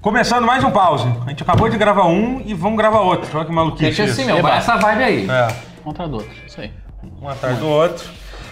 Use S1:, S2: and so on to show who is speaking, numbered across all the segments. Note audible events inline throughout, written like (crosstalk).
S1: Começando mais um pause. A gente acabou de gravar um e vamos gravar outro. Olha que maluquice.
S2: Deixa assim,
S1: isso.
S2: meu. Vai essa vibe aí.
S1: É,
S2: Contra do outro. Isso aí.
S1: um atrás do outro.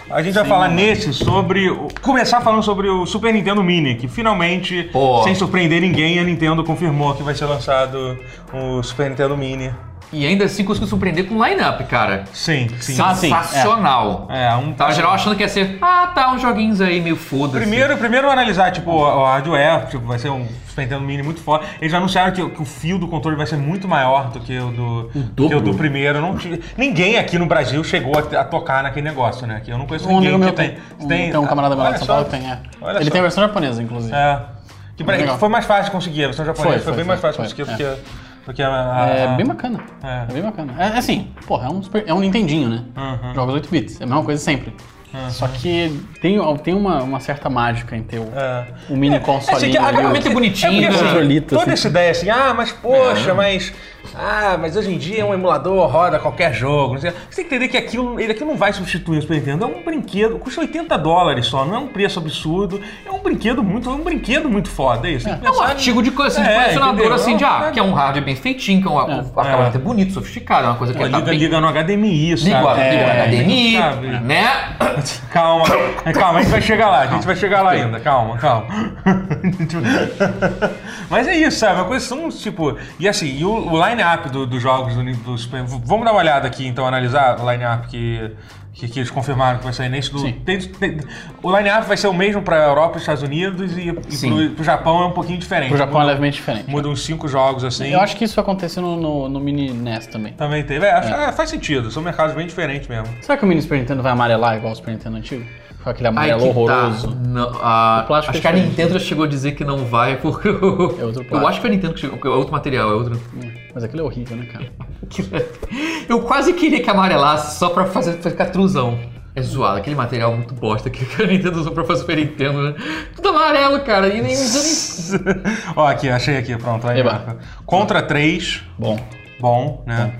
S1: A gente vai falar nesse sobre. o- Começar falando sobre o Super Nintendo Mini, que finalmente,
S2: Pô.
S1: sem surpreender ninguém, a Nintendo confirmou que vai ser lançado o Super Nintendo Mini.
S2: E ainda assim conseguiu surpreender com o line-up, cara.
S1: Sim, sim.
S3: Ah, sim,
S2: Sensacional.
S1: É, um.
S2: Tava geral achando que ia ser, ah, tá, uns joguinhos aí meio foda-se.
S1: Primeiro, primeiro analisar, tipo, o o hardware, tipo, vai ser um Super Nintendo Mini muito forte. Eles já anunciaram que, o- que o fio do controle vai ser muito maior do que o do, do, que o
S2: dobro?
S1: do primeiro. Não tive- ninguém aqui no Brasil chegou a, a tocar naquele negócio, né? Que eu não conheço
S3: Um
S1: ninguém
S3: amigo
S1: que
S3: meu
S1: tem,
S3: tem.
S1: que
S3: Um, tem um camarada meu lá
S1: Olha
S3: de São
S1: só.
S3: Paulo que tem, é.
S1: Olha
S3: Ele
S1: só.
S3: tem a versão japonesa, inclusive.
S1: É. Que, pra-
S3: Legal.
S1: que foi mais fácil de conseguir, a versão japonesa. Foi,
S3: Foi,
S1: bem
S3: foi,
S1: mais
S3: foi,
S1: fácil de
S3: foi,
S1: conseguir do que, do que a, a-
S3: É
S1: a-
S3: bem bacana.
S1: É.
S3: É, bem bacana. É assim, porra, é um, super- é um Nintendinho, né?
S1: Uhum.
S3: Jogos 8 bits. É a mesma coisa sempre. Só que tem, tem uma, uma certa mágica em ter o,
S1: É.
S3: o mini
S1: É assim,
S3: console.
S1: que a-
S2: agora- muito bonitinho, né?
S1: é porque, assim,
S3: controlito,
S1: toda
S3: assim.
S1: essa ideia assim, ah, mas poxa, mas. Ah, mas hoje em dia um emulador roda qualquer jogo. não sei. Você tem que entender que aquilo, ele aquilo não vai substituir o Super Nintendo. É um brinquedo, custa 80 dólares só, não é um preço absurdo. É um brinquedo muito, é um brinquedo muito foda, é isso.
S2: É um artigo de, co- assim, de
S1: É,
S2: colecionador,
S1: entendeu?
S2: assim, de ah,
S1: É.
S2: que é um hardware bem feitinho, que é um um acabamento bonito, sofisticado, é uma coisa que tá
S1: Liga,
S2: bem...
S1: liga no HDMI, sabe?
S2: Liga, liga
S1: É,
S2: na HDMI,
S1: sabe?
S2: né?
S1: Calma, é, calma, a gente vai chegar lá, a gente vai chegar lá ainda, calma, calma. (laughs) Mas é isso, sabe? Uma coisa são, tipo. E assim, e o, o line-up do- dos jogos do, Ni- do Super. v- Vamos dar uma olhada aqui, então, analisar o line-up que, que, que eles confirmaram que vai sair nesse. Do,
S3: Sim.
S1: tem- tem- o line-up vai ser o mesmo para Europa e Estados Unidos e, e pro,
S2: Sim.
S1: pro Japão é um pouquinho diferente.
S3: Pro Japão é
S1: muda,
S3: levemente diferente.
S1: muda uns cinco jogos assim.
S3: Eu acho que isso aconteceu no, no, no mini NES também.
S1: Também teve. É, acho- é, faz sentido, são mercados bem diferentes mesmo. (laughs)
S3: Será que o mini Super Nintendo vai amarelar igual o Super Nintendo antigo? Com aquele
S2: Ai,
S3: amarelo
S2: que tá.
S3: É, horroroso.
S2: Não, ah,
S3: O plástico
S2: acho
S3: é
S2: que a
S3: diferente.
S2: Nintendo já chegou a dizer que não vai, porque o...
S3: É outro
S2: eu
S3: plástico.
S2: acho que a Nintendo que chegou, porque é outro material, é outro...
S3: Mas aquele é horrível, né, cara?
S2: Eu quase queria que amarelasse só pra fazer pra ficar truzão. É zoado, aquele material muito bosta que a Nintendo usou pra fazer o Super Nintendo, né? Tudo amarelo, cara, e nem usando
S1: Ó, aqui, achei aqui, pronto. Aí,
S3: Eba.
S1: marca. Contra 3,
S3: Bom,
S1: bom, né?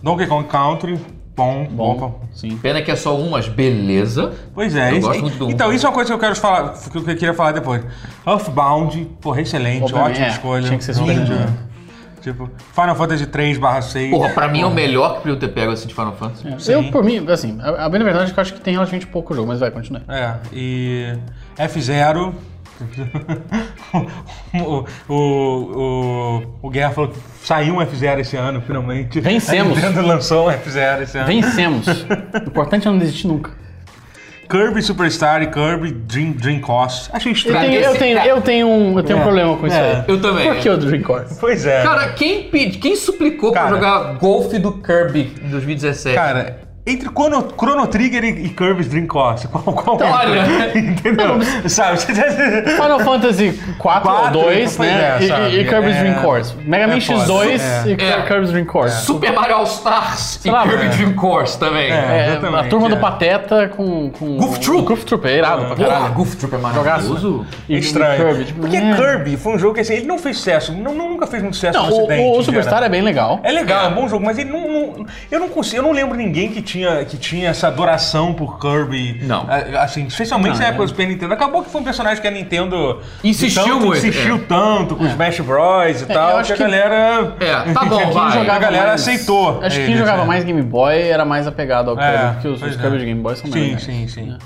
S1: Donkey Kong Country, bom, bom.
S3: bom, sim.
S2: Pena que é só um, mas beleza.
S1: Pois é,
S2: Eu
S1: isso-
S2: gosto muito do um.
S1: então isso é uma coisa que eu quero falar, que eu queria falar depois. Earthbound, porra, excelente,
S3: Obviamente,
S1: ótima
S3: é,
S1: escolha.
S3: tinha que ser escolhido,
S1: Realmente,
S3: né?
S1: é. Tipo, Final Fantasy 3 barra 6.
S2: Porra, pra mim é o melhor que podia ter pego assim de Final Fantasy.
S3: Eu, por mim, assim, a, a bem na verdade é que eu acho que tem relativamente pouco jogo, mas vai, continua.
S1: É, e F0. o, (laughs) o, o, o Guerra falou que saiu um F0 esse ano, finalmente.
S3: Vencemos.
S1: A (laughs) Nintendo lançou um F0 esse ano.
S3: (laughs) Vencemos. o importante é não desistir nunca.
S1: Kirby Superstar e Kirby Dream, Dream Cost. Achei
S3: Eu
S1: estranho.
S3: tenho, eu tenho, eu tenho um, eu tenho
S1: É.
S3: um problema com isso
S1: É.
S3: aí.
S2: Eu também.
S3: Por que o Dreamcast?
S1: Pois é.
S2: Cara, quem pedi, quem suplicou
S1: Cara.
S2: pra jogar golfe do Kirby em 2017?
S1: Cara, entre Chrono, Chrono Trigger e, e Kirby's Dream Course, (laughs) qual, qual é?
S2: Então, olha.
S1: Entendeu? Sabe? (laughs)
S3: Final Fantasy 4 ou
S1: Quatro,
S3: 2,
S1: pois
S3: né?
S1: é,
S3: e-
S1: sabe?
S3: e, e Kirby's
S1: É.
S3: Dream Course. Mega Man
S1: É foda.
S3: X2
S1: É.
S3: e
S2: É.
S3: Kirby's Dream Course.
S2: Super Mario All Stars e
S3: lá,
S2: Kirby
S3: é.
S2: Dream Course também.
S1: É.
S3: É,
S1: exatamente,
S3: a turma
S1: é.
S3: do Pateta com. com
S2: Goof Troop.
S3: Goof Troop, é irado pra
S2: Porra,
S3: caralho.
S2: Goof Troop é maravilhoso.
S3: E- e
S1: Estranho.
S3: Kirby, tipo,
S1: Porque
S3: é.
S1: Kirby foi um jogo que assim, ele não fez sucesso, não, não- nunca fez muito sucesso
S3: Não,
S1: no
S3: o,
S1: Ocidente.
S3: o
S1: em
S3: Superstar
S1: geral.
S3: é bem legal.
S1: É legal, é um bom jogo, mas ele não, não- eu não consigo, eu não lembro ninguém que tinha que tinha essa adoração por Kirby.
S2: Não.
S1: É, Assim, especialmente na época do Super Nintendo. Acabou que foi um personagem que a Nintendo
S2: Insistiu
S1: de tanto,
S2: muito,
S1: insistiu tanto com Smash Bros e
S3: é. eu
S1: tal,
S3: acho
S1: que a
S3: que-
S1: galera
S2: É, tá bom,
S1: Quem
S2: vai.
S1: jogava- a galera aceitou
S3: Acho que
S1: eles,
S3: quem jogava
S1: é.
S3: mais Game Boy era mais apegado ao Kirby,
S1: É,
S3: porque os,
S1: pois
S3: os
S1: é.
S3: Kirby de Game Boy são né?
S1: Sim,
S3: É. bem legais.
S1: sim, sim.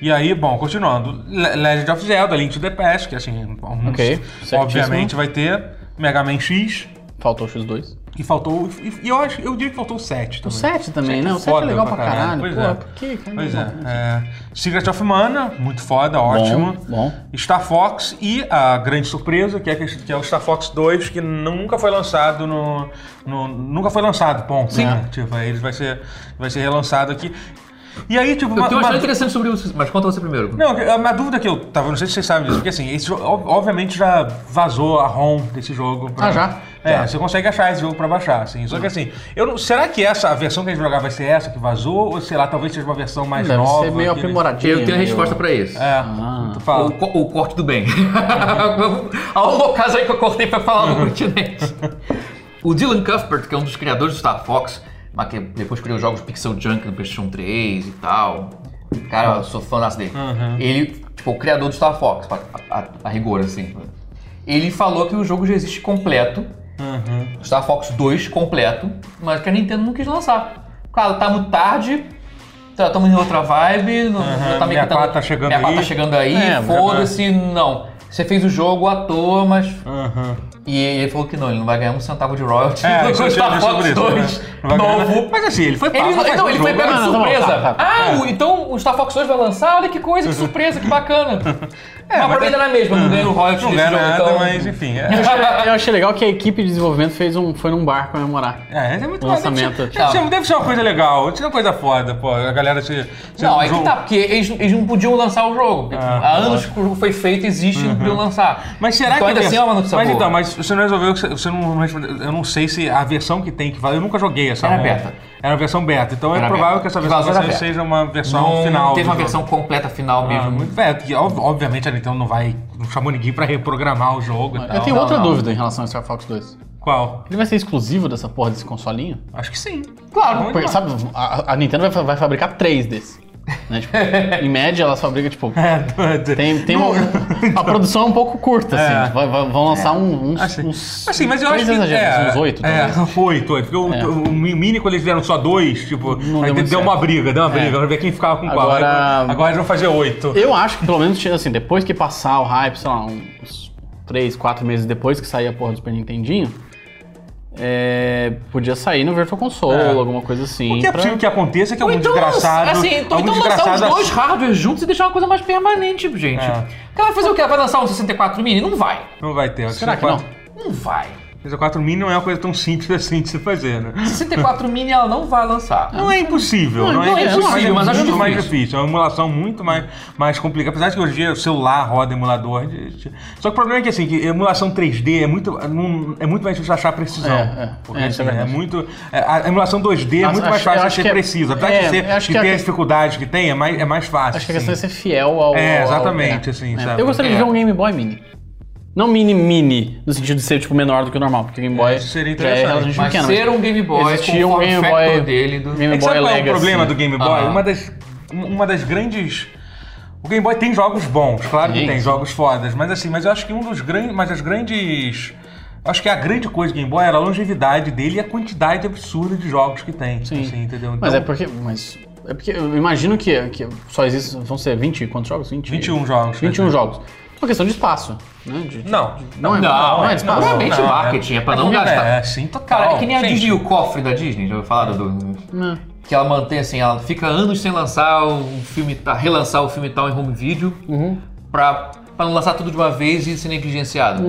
S1: E aí, bom, continuando. Le- Legend of Zelda, Link to the Past, que assim, alguns-
S3: Ok, certíssimo.
S1: obviamente vai ter. Mega Man X,
S3: Faltou o X2.
S1: que faltou. E, e eu acho, eu diria que faltou o 7
S3: O
S1: também.
S3: 7 também, né? O 7
S1: foda
S3: é legal pra caralho.
S1: Pois
S3: Pô,
S1: é.
S3: por que? cara?
S1: Pois é. é. Secret of Mana, muito foda, ótimo.
S3: bom.
S1: Star Fox e a grande surpresa, que é, que- que é o Star Fox 2, que nu- nunca foi lançado no. no- nunca foi lançado, ponto. Sim. Tipo, aí ele vai ser, vai ser relançado aqui. E aí, tipo,
S2: Eu tenho uma história
S1: uma-
S2: interessante sobre isso, mas conta você primeiro.
S1: não, a minha dúvida que eu tava, não sei se vocês sabem disso, porque assim, esse jogo, ob- obviamente já vazou a ROM desse jogo. pra-
S3: Ah, já?
S1: É, você consegue achar esse jogo pra baixar, assim. Só que assim, eu não- será que essa, a versão que a gente jogar vai ser essa que vazou? Ou sei lá, talvez seja uma versão mais
S3: Deve
S1: nova?
S3: ser meio né?
S1: que eles-
S3: aprimoradinho.
S2: Eu tenho a
S3: meio-
S2: resposta pra isso.
S1: É, tu fala.
S2: O, co- o corte do bem. (laughs) Há um caso aí que eu cortei pra falar
S1: Uhum.
S2: no continente. O Dylan Cuthbert, que é um dos criadores do Star Fox, mas que depois criou jogos Pixel Junk no PlayStation 3 e tal.
S1: Uhum.
S2: Cara, eu sou fã dele. Ele, tipo, o criador do Star Fox, a, a- a rigor, assim. ele falou que o jogo já existe completo,
S1: Uhum.
S2: Star Fox 2 completo, mas que a Nintendo não quis lançar. Claro, tá muito tarde, tá, tamo em outra vibe, não,
S1: Aham,
S2: tá meio que
S1: 64 tá chegando
S2: minha
S1: aí.
S2: tá chegando aí,
S3: É,
S2: foda-se, não. Você fez o jogo à toa, mas...
S1: Aham.
S2: E ele falou que não, ele não vai ganhar um centavo de royalty
S1: É,
S2: (laughs) do
S1: isso eu
S2: Star
S1: tinha
S2: Fox
S1: visto,
S2: 2
S1: né? Não vai ganhar, né?
S2: novo.
S1: Mas assim, ele foi pago pra
S2: Ele,
S1: fazer
S2: então,
S1: um
S2: ele foi
S1: jogo,
S2: pego
S1: né?
S2: de
S3: Não, não,
S2: surpresa.
S3: tá, tá, tá.
S2: Ah, o- então o Star Fox 2 vai lançar? Olha que coisa,
S1: Uhum.
S2: que surpresa,
S1: (laughs)
S2: que bacana. mas pra mim era a mesma, não ganhou o royalty
S1: É, Não
S2: desse
S1: ganha
S2: jogo,
S1: nada,
S2: então...
S1: mas enfim. É,
S3: Eu achei legal que a equipe de desenvolvimento fez um, foi num bar comemorar.
S1: é, é
S2: Um
S1: muito
S3: Lançamento.
S1: Deve ser, deve, ser, deve ser uma coisa legal, deve ser uma coisa foda, pô. A galera se. se
S2: (laughs) Não,
S1: um
S2: é que
S1: jogo- Ah, tá.
S2: tá, porque eles, eles não podiam lançar o jogo. porque há anos que o jogo foi feito, existe e não podiam lançar.
S1: Uhum. Mas será
S2: então,
S1: que.
S2: ainda
S1: a vers-
S2: assim é uma notícia
S1: mas
S2: boa.
S1: então, mas você não resolveu. que Você não, não respondeu- eu não sei se a versão que tem que valer. Eu nunca joguei essa.
S2: Era
S1: onda.
S2: beta.
S1: Era a versão beta. Então é
S2: Era
S1: provável
S2: beta.
S1: que essa versão
S2: Vazou era
S1: você
S2: beta.
S1: seja uma versão
S2: não,
S1: um final.
S2: não teve
S1: do
S2: uma
S1: jogo.
S2: versão completa final
S1: Ah,
S2: mesmo.
S1: muito é, que ob- obviamente a Nintendo não vai. Não chamou ninguém pra reprogramar o jogo e
S3: eu
S1: tal. né?
S3: tenho
S2: não,
S3: outra
S2: não.
S3: dúvida em relação ao Star Fox 2.
S1: Qual?
S3: Ele vai ser exclusivo dessa porra desse consolinho?
S1: Acho que sim.
S2: Claro,
S1: Muito
S3: Porque,
S1: bom.
S3: sabe, a, a Nintendo vai, fa- vai fabricar três desses.
S1: (laughs)
S3: né? Tipo, em média, elas fabricam, tipo,
S1: (laughs) É, doido.
S3: tem, tem
S1: Não-
S3: uma, a produção é um pouco curta, assim.
S1: É.
S3: tipo, vai- vai- vão lançar um- uns,
S1: Assim,
S3: uns-
S1: assim, mas eu
S3: três
S1: acho que.
S3: exageros, uns oito,
S1: é, (laughs)
S3: talvez.
S1: oito, oito. Porque o,
S3: É.
S1: o mini, quando eles fizeram só dois, tipo,
S3: Não
S1: aí deu
S3: deu muito
S1: uma
S3: certo.
S1: briga, deu uma briga.
S3: É.
S1: Vamos ver quem ficava com qual.
S3: Agora-
S1: Agora, agora eles vão fazer oito.
S3: Eu acho que pelo menos, tinha, assim, depois que passar o hype, sei lá, uns 3, 4 meses depois que sair a porra do Super Nintendinho, é, podia sair no Virtual Console,
S1: É.
S3: alguma coisa assim.
S1: O que é
S3: pra-
S1: possível que aconteça é que
S2: Ou
S1: algum
S2: então,
S1: desgraçado.
S2: assim, então,
S1: algum
S2: então lançar os
S1: desgraçado-
S2: dois hardware juntos e deixar uma coisa mais permanente, tipo, gente.
S1: É.
S2: O cara vai fazer o quê? Vai lançar um 64 mini? Não vai.
S1: Não vai ter.
S3: Será que não?
S2: Não vai.
S1: 64 mini não é uma coisa tão simples assim de se fazer, né?
S2: 64 mini ela não vai lançar.
S1: Não é impossível,
S3: Não,
S1: não, é,
S3: não é
S1: impossível,
S2: impossível,
S1: mas
S2: então mas
S1: é
S2: acho
S1: muito mais
S2: difícil.
S1: difícil. É uma emulação muito mais, mais complicada. Apesar de que hoje em dia o celular roda emulador. de- de- Só que o problema é que assim, que emulação 3D é muito, não- é muito mais difícil achar precisão.
S3: É, é.
S1: Porque,
S3: É,
S1: assim,
S3: isso é
S1: é,
S3: verdade.
S1: muito. é, A emulação 2D é
S3: Mas
S1: muito
S3: acho-
S1: mais fácil
S3: eu
S1: de
S3: acho
S1: ser
S3: que é-
S1: preciso. Apesar
S3: é,
S1: de ser,
S3: acho
S1: que,
S3: que é
S1: tem
S3: que-
S1: as dificuldades que tem, é mais, é mais fácil.
S3: Acho que a questão é
S1: sim.
S3: ser fiel ao.
S1: É,
S3: ao-
S1: exatamente, assim, sabe?
S3: Eu gostaria
S2: É.
S3: de ver um Game Boy Mini. Não mini mini, no sentido de ser tipo menor do que o normal, porque o Game Boy
S1: isso seria
S3: já é
S1: interessante.
S3: relativamente
S2: Mas
S3: pequeno.
S2: ser um Game Boy
S3: existia
S2: com o
S3: um
S2: form
S3: Game
S2: factor
S3: Boy
S2: dele do...
S3: Game
S1: É que sabe qual
S3: Boy
S1: é o
S3: Legacy.
S1: problema do Game Boy?
S2: Ah.
S1: Uma, das, um, uma das grandes. O Game Boy tem jogos bons, claro que
S3: Sim,
S1: tem
S3: sim.
S1: jogos fodas, mas assim, mas eu acho que um dos grandes. Mas as grandes. Acho que a grande coisa do Game Boy era a longevidade dele e a quantidade absurda de jogos que tem.
S3: Sim.
S1: assim, entendeu?
S3: Mas
S1: Então,
S3: é porque. Mas é porque eu imagino que, que só existem. Vão ser 20 quantos jogos? 20,
S1: 21 jogos.
S3: 21
S1: né?
S3: jogos. É uma questão de espaço, né? De- de-
S1: Não.
S3: Não é-
S2: um Não,
S3: não é
S2: é
S3: espaço.
S2: puramente
S1: Não,
S2: marketing, é pra não
S1: É,
S2: gastar.
S1: É, sim, total.
S2: Cara, é que nem a
S1: Gente,
S2: Disney, o cofre da Disney, já ouviu falar do- do,
S3: Não.
S2: que ela mantém assim, ela fica anos sem lançar um filme, ta- relançar o filme tal em home video, pra, pra não lançar tudo de uma vez e ser negligenciado.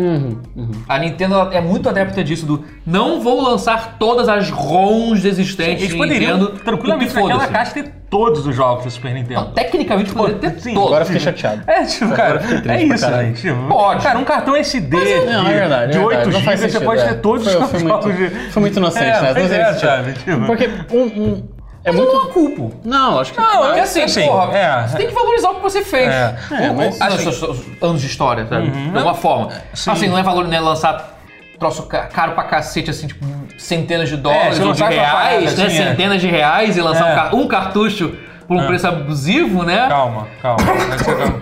S2: A Nintendo ela é muito adepta disso, do não vou lançar todas as ROMs existentes
S1: Eles
S2: de
S1: poderiam
S2: Nintendo,
S1: tranquilamente
S2: porque
S1: naquela
S2: foda-se.
S1: caixa ter todos os jogos do Super Nintendo.
S2: Não, tecnicamente poderia ter
S1: Sim,
S2: todas.
S3: Agora eu fiquei chateado.
S1: É, tipo, cara, é
S3: pra
S1: isso,
S3: caralho.
S1: gente. Tipo,
S2: Pode.
S1: Cara, um cartão SD de,
S3: Não, é verdade.
S1: de
S3: é
S1: 8
S3: verdade. Não
S1: GB,
S3: faz
S1: você
S3: sentido,
S1: pode
S3: é.
S1: ter todos
S3: Foi-
S1: os
S3: foi
S1: jogos
S3: muito-
S1: de...
S3: Foi muito inocente,
S1: É,
S3: né? Não
S1: pois
S3: sei
S1: é,
S3: se-
S1: sabe, tipo-
S3: Porque um. um- é
S2: Eu
S3: muito.
S2: não a culpo.
S3: Não, acho que.
S1: Não,
S2: Porque
S1: é
S2: assim,
S1: assim,
S2: porra,
S1: é.
S2: você tem que valorizar o que você fez.
S1: É.
S3: É,
S2: O-
S3: mas-
S2: o- as- as- os anos de história, sabe? De alguma forma.
S1: Uhum. Sim.
S2: Assim, não é valor, né? Lançar troço ca- caro pra cacete, assim, tipo, centenas de
S1: É,
S2: dólares
S1: você
S2: ou de
S1: lançar uma parada,
S2: reais, né?
S1: assim, é.
S2: Centenas de reais e lançar
S1: É.
S2: um, car- um cartucho por um preço abusivo, né?
S1: Calma, calma. Vai
S3: (laughs)
S1: ser calma.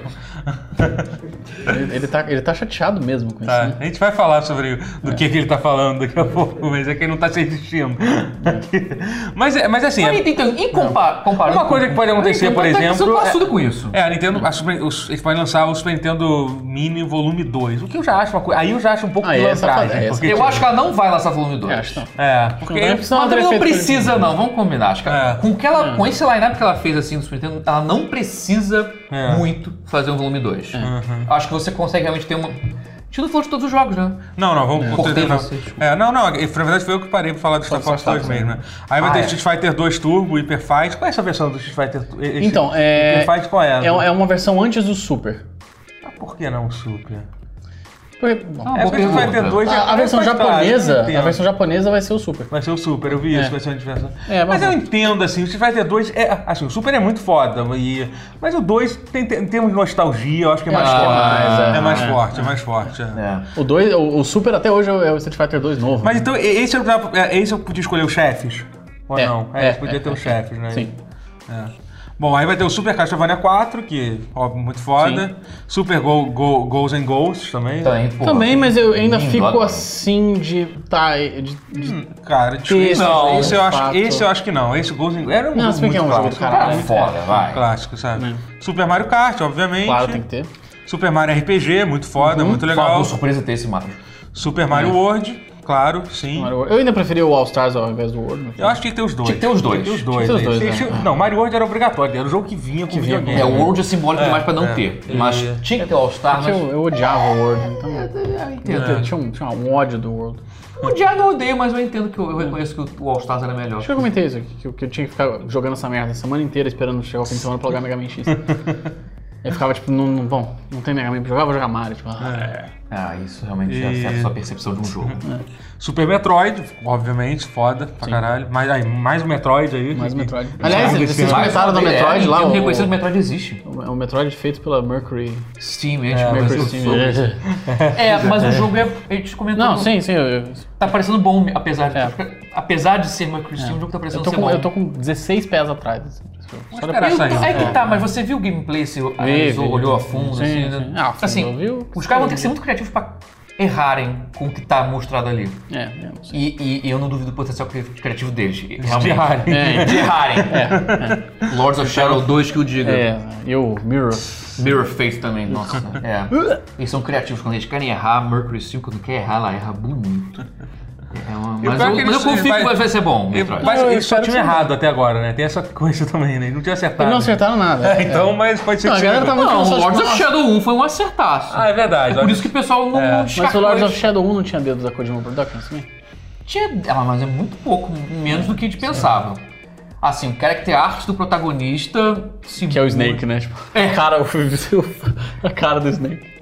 S3: Ele, ele tá, ele tá chateado mesmo com
S1: Tá,
S3: isso, né?
S1: A gente vai falar sobre do que, que ele tá falando daqui a pouco, mas é que ele não tá se resistindo. (laughs) mas, é- mas assim,
S2: Mas,
S1: é-
S2: Então, e compa comparando...
S1: uma coisa que pode acontecer, por
S2: então, Você
S1: exemplo...
S2: não
S1: é-
S2: assuda com isso.
S1: É, a Nintendo, a Super- os- eles podem lançar o Super Nintendo Mini Volume 2, o É, que eu já acho uma coisa. Aí eu já acho um pouco
S3: Ah,
S1: de
S3: essa
S1: lançagem.
S3: fase- essa-
S1: porque,
S2: Eu
S1: tipo,
S2: acho que ela não vai lançar volume 2.
S3: Eu acho que não.
S1: É, porque.
S3: Não, porque senão
S2: Ela
S3: ela teria
S2: também não
S3: feito-
S2: precisa, não, vamos combinar. Acho que ela-
S1: É.
S2: com, que ela, com esse line-up que ela fez assim do Super Nintendo, ela não precisa
S1: É. Uhum.
S2: muito fazer um volume
S3: É.
S2: 2. Acho que você consegue realmente ter uma. A gente não falou de todos os jogos, né?
S1: Não, não, vamos
S2: Cortei
S1: não.
S2: você, desculpa.
S1: É, não, não, e, na verdade foi eu que parei pra falar do Star Fox 2 mesmo, né? Aí vai
S2: Ah,
S1: ter
S2: é.
S1: Street Fighter 2 Turbo, Hyper Fight. Qual é essa versão do Street Fighter? tu- esse-
S3: Então, é-
S1: Hyper Fight qual é?
S3: É, é uma versão antes do Super.
S1: Ah, por que não o Super?
S3: Porque, Tá bom,
S2: Ah,
S1: É porque o Street Fighter 2 é
S3: a, a versão
S1: Hyper Fight, eu
S3: japonesa,
S1: entendo.
S3: a versão japonesa vai ser o Super.
S1: Vai ser o Super, eu vi isso,
S3: É.
S1: vai ser uma diversão.
S3: É,
S1: mas
S3: mas
S1: eu
S3: bom.
S1: entendo, assim, o Street Fighter 2 é. Assim, o Super é muito foda, e, mas o 2 tem, tem, em termos de nostalgia, eu acho que é mais
S3: acho que é
S1: forte.
S3: mais, é.
S1: é mais
S3: É.
S1: forte, é mais forte. é.
S3: O, dois, o, o Super até hoje é o é o Street Fighter 2 novo.
S1: Mas então, e- esse é eu, esse eu podia escolher os chefes? Ou
S3: É,
S1: não?
S3: é,
S1: podia
S3: é,
S1: ter os
S3: é.
S1: chefes, né?
S3: Sim.
S1: É. Bom, aí vai ter o Super Castlevania 4, que ó, muito foda. Super Go, Go- Goals and Ghosts também.
S3: Tá.
S2: Também, porra.
S3: Também, mas eu ainda
S2: Lindo,
S3: fico
S2: adoro.
S3: assim de. Tá, de, de-
S1: Cara, tipo,
S3: Esse,
S1: não,
S3: de
S1: esse eu, acho,
S3: fato.
S1: esse eu acho que não. Esse Goals and Era um
S3: Não,
S1: jogo
S3: se bem
S1: muito
S3: que é um jogo
S1: clássico,
S3: do
S2: Cara,
S3: caralho. né?
S2: foda, vai.
S1: clássico, sabe? Super Mario Kart, obviamente.
S3: Claro, tem que ter. Uhum.
S1: Super Mario RPG, muito foda, muito legal.
S2: Faltou surpresa ter esse mapa.
S1: Super Mario World, claro, sim.
S3: Mario World. Eu ainda preferi o All Stars ao invés do World. né?
S1: Eu acho que tinha que ter os dois.
S2: Tinha que ter os dois.
S1: Tinha que ter os dois.
S3: Tinha que ter os
S1: né?
S3: dois,
S1: Tinha-
S3: né?
S1: Não, Mario World era obrigatório, era o jogo que vinha com
S3: vinha
S1: videogame.
S2: É, o World é simbólico demais pra não
S1: é.
S2: ter.
S1: E-
S2: Mas tinha que ter All-Star, mas...
S3: Eu, eu odiava o World, então. Eu tinha, um, tinha um ódio do World.
S2: O Diabo eu odeio, mas eu entendo que eu, eu reconheço que o All-Stars era melhor.
S3: Acho que eu comentei isso aqui, que eu, que eu tinha que ficar jogando essa merda a semana inteira esperando chegar o fim de semana pra jogar Mega Man X. eu ficava tipo, não, não, bom, não tem Mega Man pra jogar, vou jogar Mario. Tipo, ah,
S1: É,
S2: Ah, isso realmente
S1: E-
S2: afeta a sua percepção de um jogo.
S1: Super Metroid, obviamente, foda pra caralho. Mais, aí, mais um Metroid aí.
S3: mais o
S1: que-
S3: Metroid.
S1: que-
S3: Aliás,
S1: que-
S3: vocês
S1: que-
S3: comentaram do Metroid lá,
S2: Eu
S3: o,
S2: reconheço É, que o Metroid existe.
S3: o é um Metroid feito pela Mercury.
S2: Steam, é, mas
S3: Mercury
S2: eu
S3: Steam.
S2: sou- É, mas o jogo é. A gente comentou.
S3: Não, sim, sim. Eu, eu-
S2: Tá parecendo bom, apesar de,
S3: É.
S2: apesar de ser Mercury Steam, o jogo tá
S3: eu
S2: parecendo
S3: tô
S2: ser
S3: com,
S2: bom.
S3: eu tô com 16 pés atrás. assim, desse jogo. Só
S1: cara,
S3: depois-
S1: essa-
S2: Eu-
S1: Saiu.
S2: é que tá, mas você viu o gameplay, se analisou,
S3: vi.
S2: olhou a fundo,
S3: Sim,
S2: assim,
S3: sim.
S2: né?
S3: Ah, a fundo,
S2: assim,
S3: eu vi o que
S2: os
S3: você
S2: caras vão ter que
S3: viu.
S2: ser muito criativos pra errarem com o que tá mostrado ali.
S3: É, eu não sei.
S2: E, e- e eu não duvido do potencial cri- criativo deles,
S1: que-
S2: realmente.
S1: Ferrari.
S3: É,
S2: De errarem. Lords of Shadow 2 que o diga.
S3: é, e o Mirror.
S2: Mirror Face também, nossa. É. Eles são criativos quando eles querem errar. Mercury Steam, quando quer errar, ela erra bonito. É uma-
S1: Eu
S2: mas,
S1: quero
S2: eu,
S1: que
S2: mas eu
S1: eles-
S2: confio que
S1: vai-
S2: vai, vai ser bom, Metroid.
S1: Mas
S3: Eu
S1: eles só
S3: espero que
S1: tinham
S3: sim.
S1: errado até agora, né? Tem essa (laughs) coisa também, né? Eles Não tinha acertado.
S3: Eles não acertaram nada.
S1: É, (laughs) então, mas pode ser
S3: Não,
S1: que
S3: a galera
S1: seja.
S3: tava-
S2: Não,
S3: Mas eu acho
S2: Lords
S3: que
S2: of
S3: nossa.
S2: Shadow 1 foi um acertaço.
S1: Ah, é verdade.
S2: Por isso que o pessoal não
S1: É.
S2: é.
S3: Mas o Lords of Shadow 1 não tinha dedo da Kojima Productions também?
S2: Tinha, ah, mas é muito pouco, menos do que a gente pensava. Assim, o cara que tem a arte do protagonista... se-
S3: Que é o Snake, né? Tipo, é. cara, o- (laughs) a cara do Snake.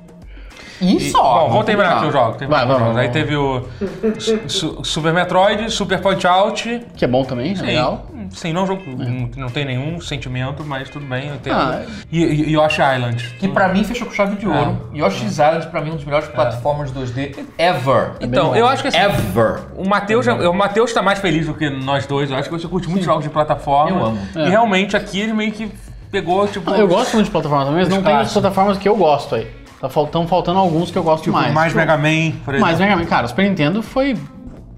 S2: E só.
S1: Bom, vamos terminar aqui o jogo.
S3: tá, Vai, vai, vai,
S1: Aí
S3: vai.
S1: teve o su- su- Super Metroid, Super Punch Out.
S3: Que é bom também, é legal.
S1: Sim, não é um jogo que não tem nenhum sentimento, mas tudo bem. Eu tenho...
S3: Ah,
S1: e, e Yoshi Island.
S2: Que pra mim fechou com chave de ouro. Yoshi's Island pra mim é um dos melhores platformers 2D ever.
S1: Então,
S3: é.
S1: eu acho que assim,
S2: Ever.
S1: o Matheus já- o Matheus tá mais feliz do que nós dois. Eu acho que você curte muito jogos de plataforma.
S2: Eu amo.
S1: E realmente aqui ele meio que pegou, tipo.
S3: É. Ah, Eu gosto muito de plataformas também, mas não tem as
S1: clássicos.
S3: plataformas que eu gosto aí. Tá faltando, faltando alguns que eu gosto mais.
S1: Tipo, mais, Mega Man, por exemplo.
S3: Mais Mega Man. Cara, o Super Nintendo foi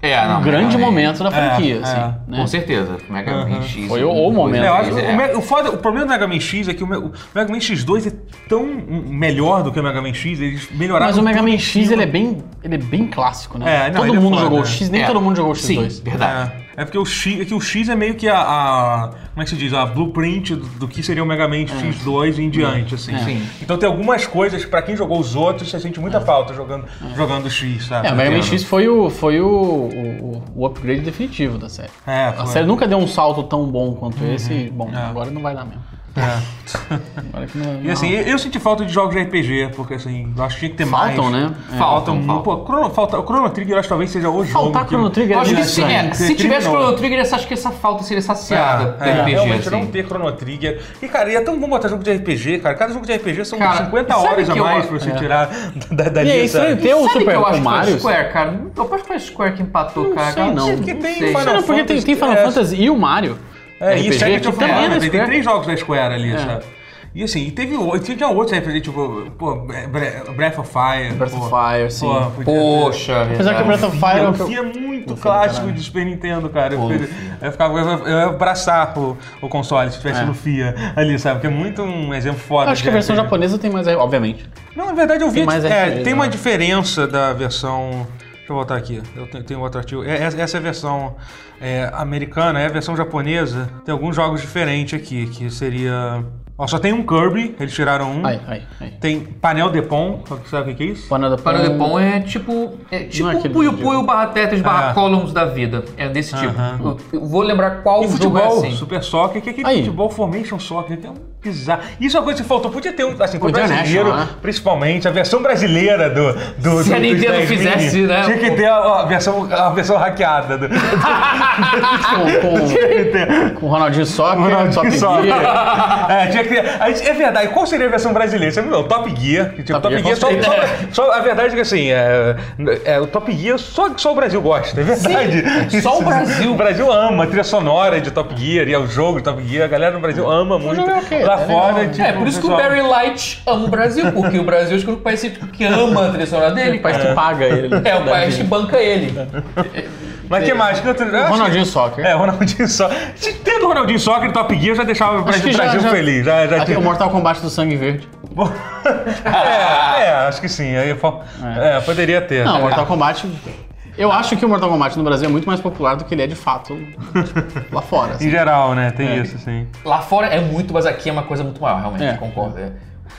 S2: É, não,
S3: um grande
S2: Mega Man.
S3: momento da franquia,
S1: é.
S3: assim. né?
S2: Com certeza. Mega Man X.
S3: Foi o-
S2: um,
S3: o
S2: dois,
S3: momento.
S1: É, eu acho que
S2: três,
S1: o,
S2: é.
S1: Me- o foda- o problema do Mega Man X é que o, Me- o Mega Man X2 é tão melhor do que o Mega Man X, eles melhoraram.
S3: Mas o Mega
S1: tudo
S3: Man
S1: em
S3: X,
S1: cima.
S3: ele é bem, ele é bem clássico, né?
S1: um É, não,
S3: todo
S1: ele é
S3: mundo
S1: foda,
S3: jogou o
S1: né?
S3: X, nem
S2: É.
S3: todo mundo jogou o X2.
S2: Sim, verdade.
S1: É, é porque o X, é que o X é meio que a, a- como é que se diz, a blueprint do, do que seria o Mega Man
S3: É.
S1: X2 em diante, assim.
S2: Sim.
S1: Então tem algumas coisas pra quem jogou os outros, você sente muita falta jogando jogando o X, sabe?
S3: É, o Mega Man
S2: Entendo.
S3: X foi o, foi o, o, o upgrade definitivo da série.
S1: É,
S3: A
S1: foi. Uhum.
S3: série nunca deu um salto tão bom quanto esse. e, Bom, agora não vai dar mesmo.
S1: É.
S3: Agora que não,
S1: E assim, eu, eu senti falta de jogos de RPG, porque assim, eu acho que tinha que um ter
S3: faltam,
S1: mais.
S3: né?
S2: Faltam,
S1: Faltam, muito.
S2: faltam.
S1: Pô, Chrono, falta, o Chrono Trigger eu acho que talvez seja o jogo.
S3: Faltar
S1: que-
S3: Chrono Trigger
S2: Eu
S3: é
S2: acho
S3: meio
S2: que se,
S3: estranho.
S2: é, se
S1: Você
S2: tivesse
S1: terminou.
S2: Chrono Trigger, eu acho que essa falta seria saciada
S1: É, é,
S2: do RPG,
S1: realmente não
S2: assim.
S1: ter Chrono Trigger. E cara, e é tão bom botar jogo de RPG, cara. Cada jogo de RPG são
S2: Cara,
S1: 50
S2: sabe
S1: horas a
S2: que eu
S1: mais
S2: acho-
S1: pra você tirar da, da
S3: É. E é
S1: lista.
S3: estranho ter o
S2: Sabe que
S3: Super
S2: eu acho
S3: com
S2: que foi
S3: Mario.
S2: Square, cara? Eu acho que foi a Square que empatou,
S3: Não
S2: cara.
S3: sei, não.
S2: sei,
S3: Porque
S1: tem
S2: sei.
S1: Final
S3: Não, porque tem, tem Final
S1: É.
S3: Fantasy e o Mario.
S1: É, e
S3: RPG,
S1: Secret
S3: que
S1: of
S3: também é
S1: Mana,
S3: da
S1: tem, tem
S3: Square. É.
S1: três jogos da Square ali, sabe? E assim, e teve o- e tinha, tinha outros RPG, tipo, pô, Bre- Breath of Fire.
S3: Breath
S1: pô.
S3: of Fire, assim. sim.
S1: Pô, podia-
S2: Poxa,
S3: Apesar que
S2: verdade.
S3: o Breath of Fire é o que
S1: Eu
S3: eu...
S1: via muito clássico de Super Nintendo, cara. Eu, fiquei- eu ficava, eu, eu ia abraçar o, o console se
S3: É.
S1: tivesse no FIA ali, sabe? Porque é muito um exemplo foda.
S3: Acho
S1: de
S3: que a versão
S1: RPG.
S3: japonesa tem mais aí, obviamente.
S1: Não, na verdade eu vi.
S3: Tem mais
S1: é,
S3: RPG,
S1: tem uma
S3: né?
S1: diferença da versão. Deixa eu voltar aqui. Eu tenho, tenho outro artigo. É, essa essa é a versão é, americana, é a versão japonesa. Tem alguns jogos diferentes aqui, que seria. Ó, só tem um Kirby, eles tiraram um.
S3: Ai, ai, ai.
S1: Tem Panel Depon, sabe o que que é isso?
S3: Panada
S2: Para o Depon é tipo. É tipo
S3: Não é
S2: um
S3: aquele
S2: Puyo
S3: jogo.
S2: Puyo barra Tetris barra
S1: Ah.
S2: Columns da vida. É desse tipo. Eu, eu vou lembrar qual
S1: E
S2: jogo é
S1: futebol,
S2: assim.
S1: Super Soccer, que é aquele
S3: Aí.
S1: futebol Formation Soccer, que é um Bizarro. Isso é uma coisa que faltou. Podia ter um. Assim, pro
S3: Podia, né,
S1: brasileiro,
S3: chamar.
S1: principalmente, a versão brasileira do. do
S2: Se
S1: do-
S2: a
S1: dos
S2: Nintendo
S1: 10 mini,
S2: fizesse, né,
S1: Tinha que
S2: um-
S1: ter a, a versão, a versão hackeada do. (laughs)
S3: Com,
S1: Tinha que ter.
S3: com, com o Ronaldinho Soccer,
S1: Ronaldinho
S3: Top
S1: só. (laughs)
S3: Gear.
S1: É, tinha que ter. A gente- é verdade, qual seria a versão brasileira? Você viu? O Top Gear. que, Tipo,
S3: Top
S1: Top,
S3: Gear,
S1: Gear, só,
S3: com
S1: só- só- A verdade é que assim, é, é, o Top Gear só, só o Brasil gosta, é verdade.
S2: Sim, só o
S1: (laughs)
S2: Brasil.
S1: O Brasil ama a trilha sonora de Top Gear e é o jogo de Top Gear. A galera no Brasil ama muito.
S3: jogo é ok,
S1: Lá
S3: tá
S1: fora,
S3: legal.
S1: tipo,
S2: É, por isso que o
S1: pessoal-
S2: Barry Light ama o Brasil, porque o Brasil acho que é o único país que- que ama a trilha sonora dele.
S3: O país que paga ele.
S2: É, o país que banca ele.
S1: Mas que mais? Que outro- eu acho que-
S3: Ronaldinho Soccer.
S1: É, o Ronaldinho Soccer. Se tendo o Ronaldinho Soccer e Top Gear, já deixava o Brasil,
S3: que já-
S1: Brasil
S3: já-
S1: feliz. Já, já
S3: Aqui,
S1: tinha-
S3: o Mortal Kombat do Sangue Verde.
S1: (laughs) é, é, acho que sim. Aí, eu fal- é, poderia ter.
S3: Não, o Mortal Kombat. Eu acho que o Mortal Kombat no Brasil é muito mais popular do que ele é de fato lá
S1: Em
S3: fora. assim.
S1: geral, né? Tem isso, sim.
S2: Lá fora é muito, mas aqui é uma coisa muito maior, realmente,
S3: É.
S2: concordo. É.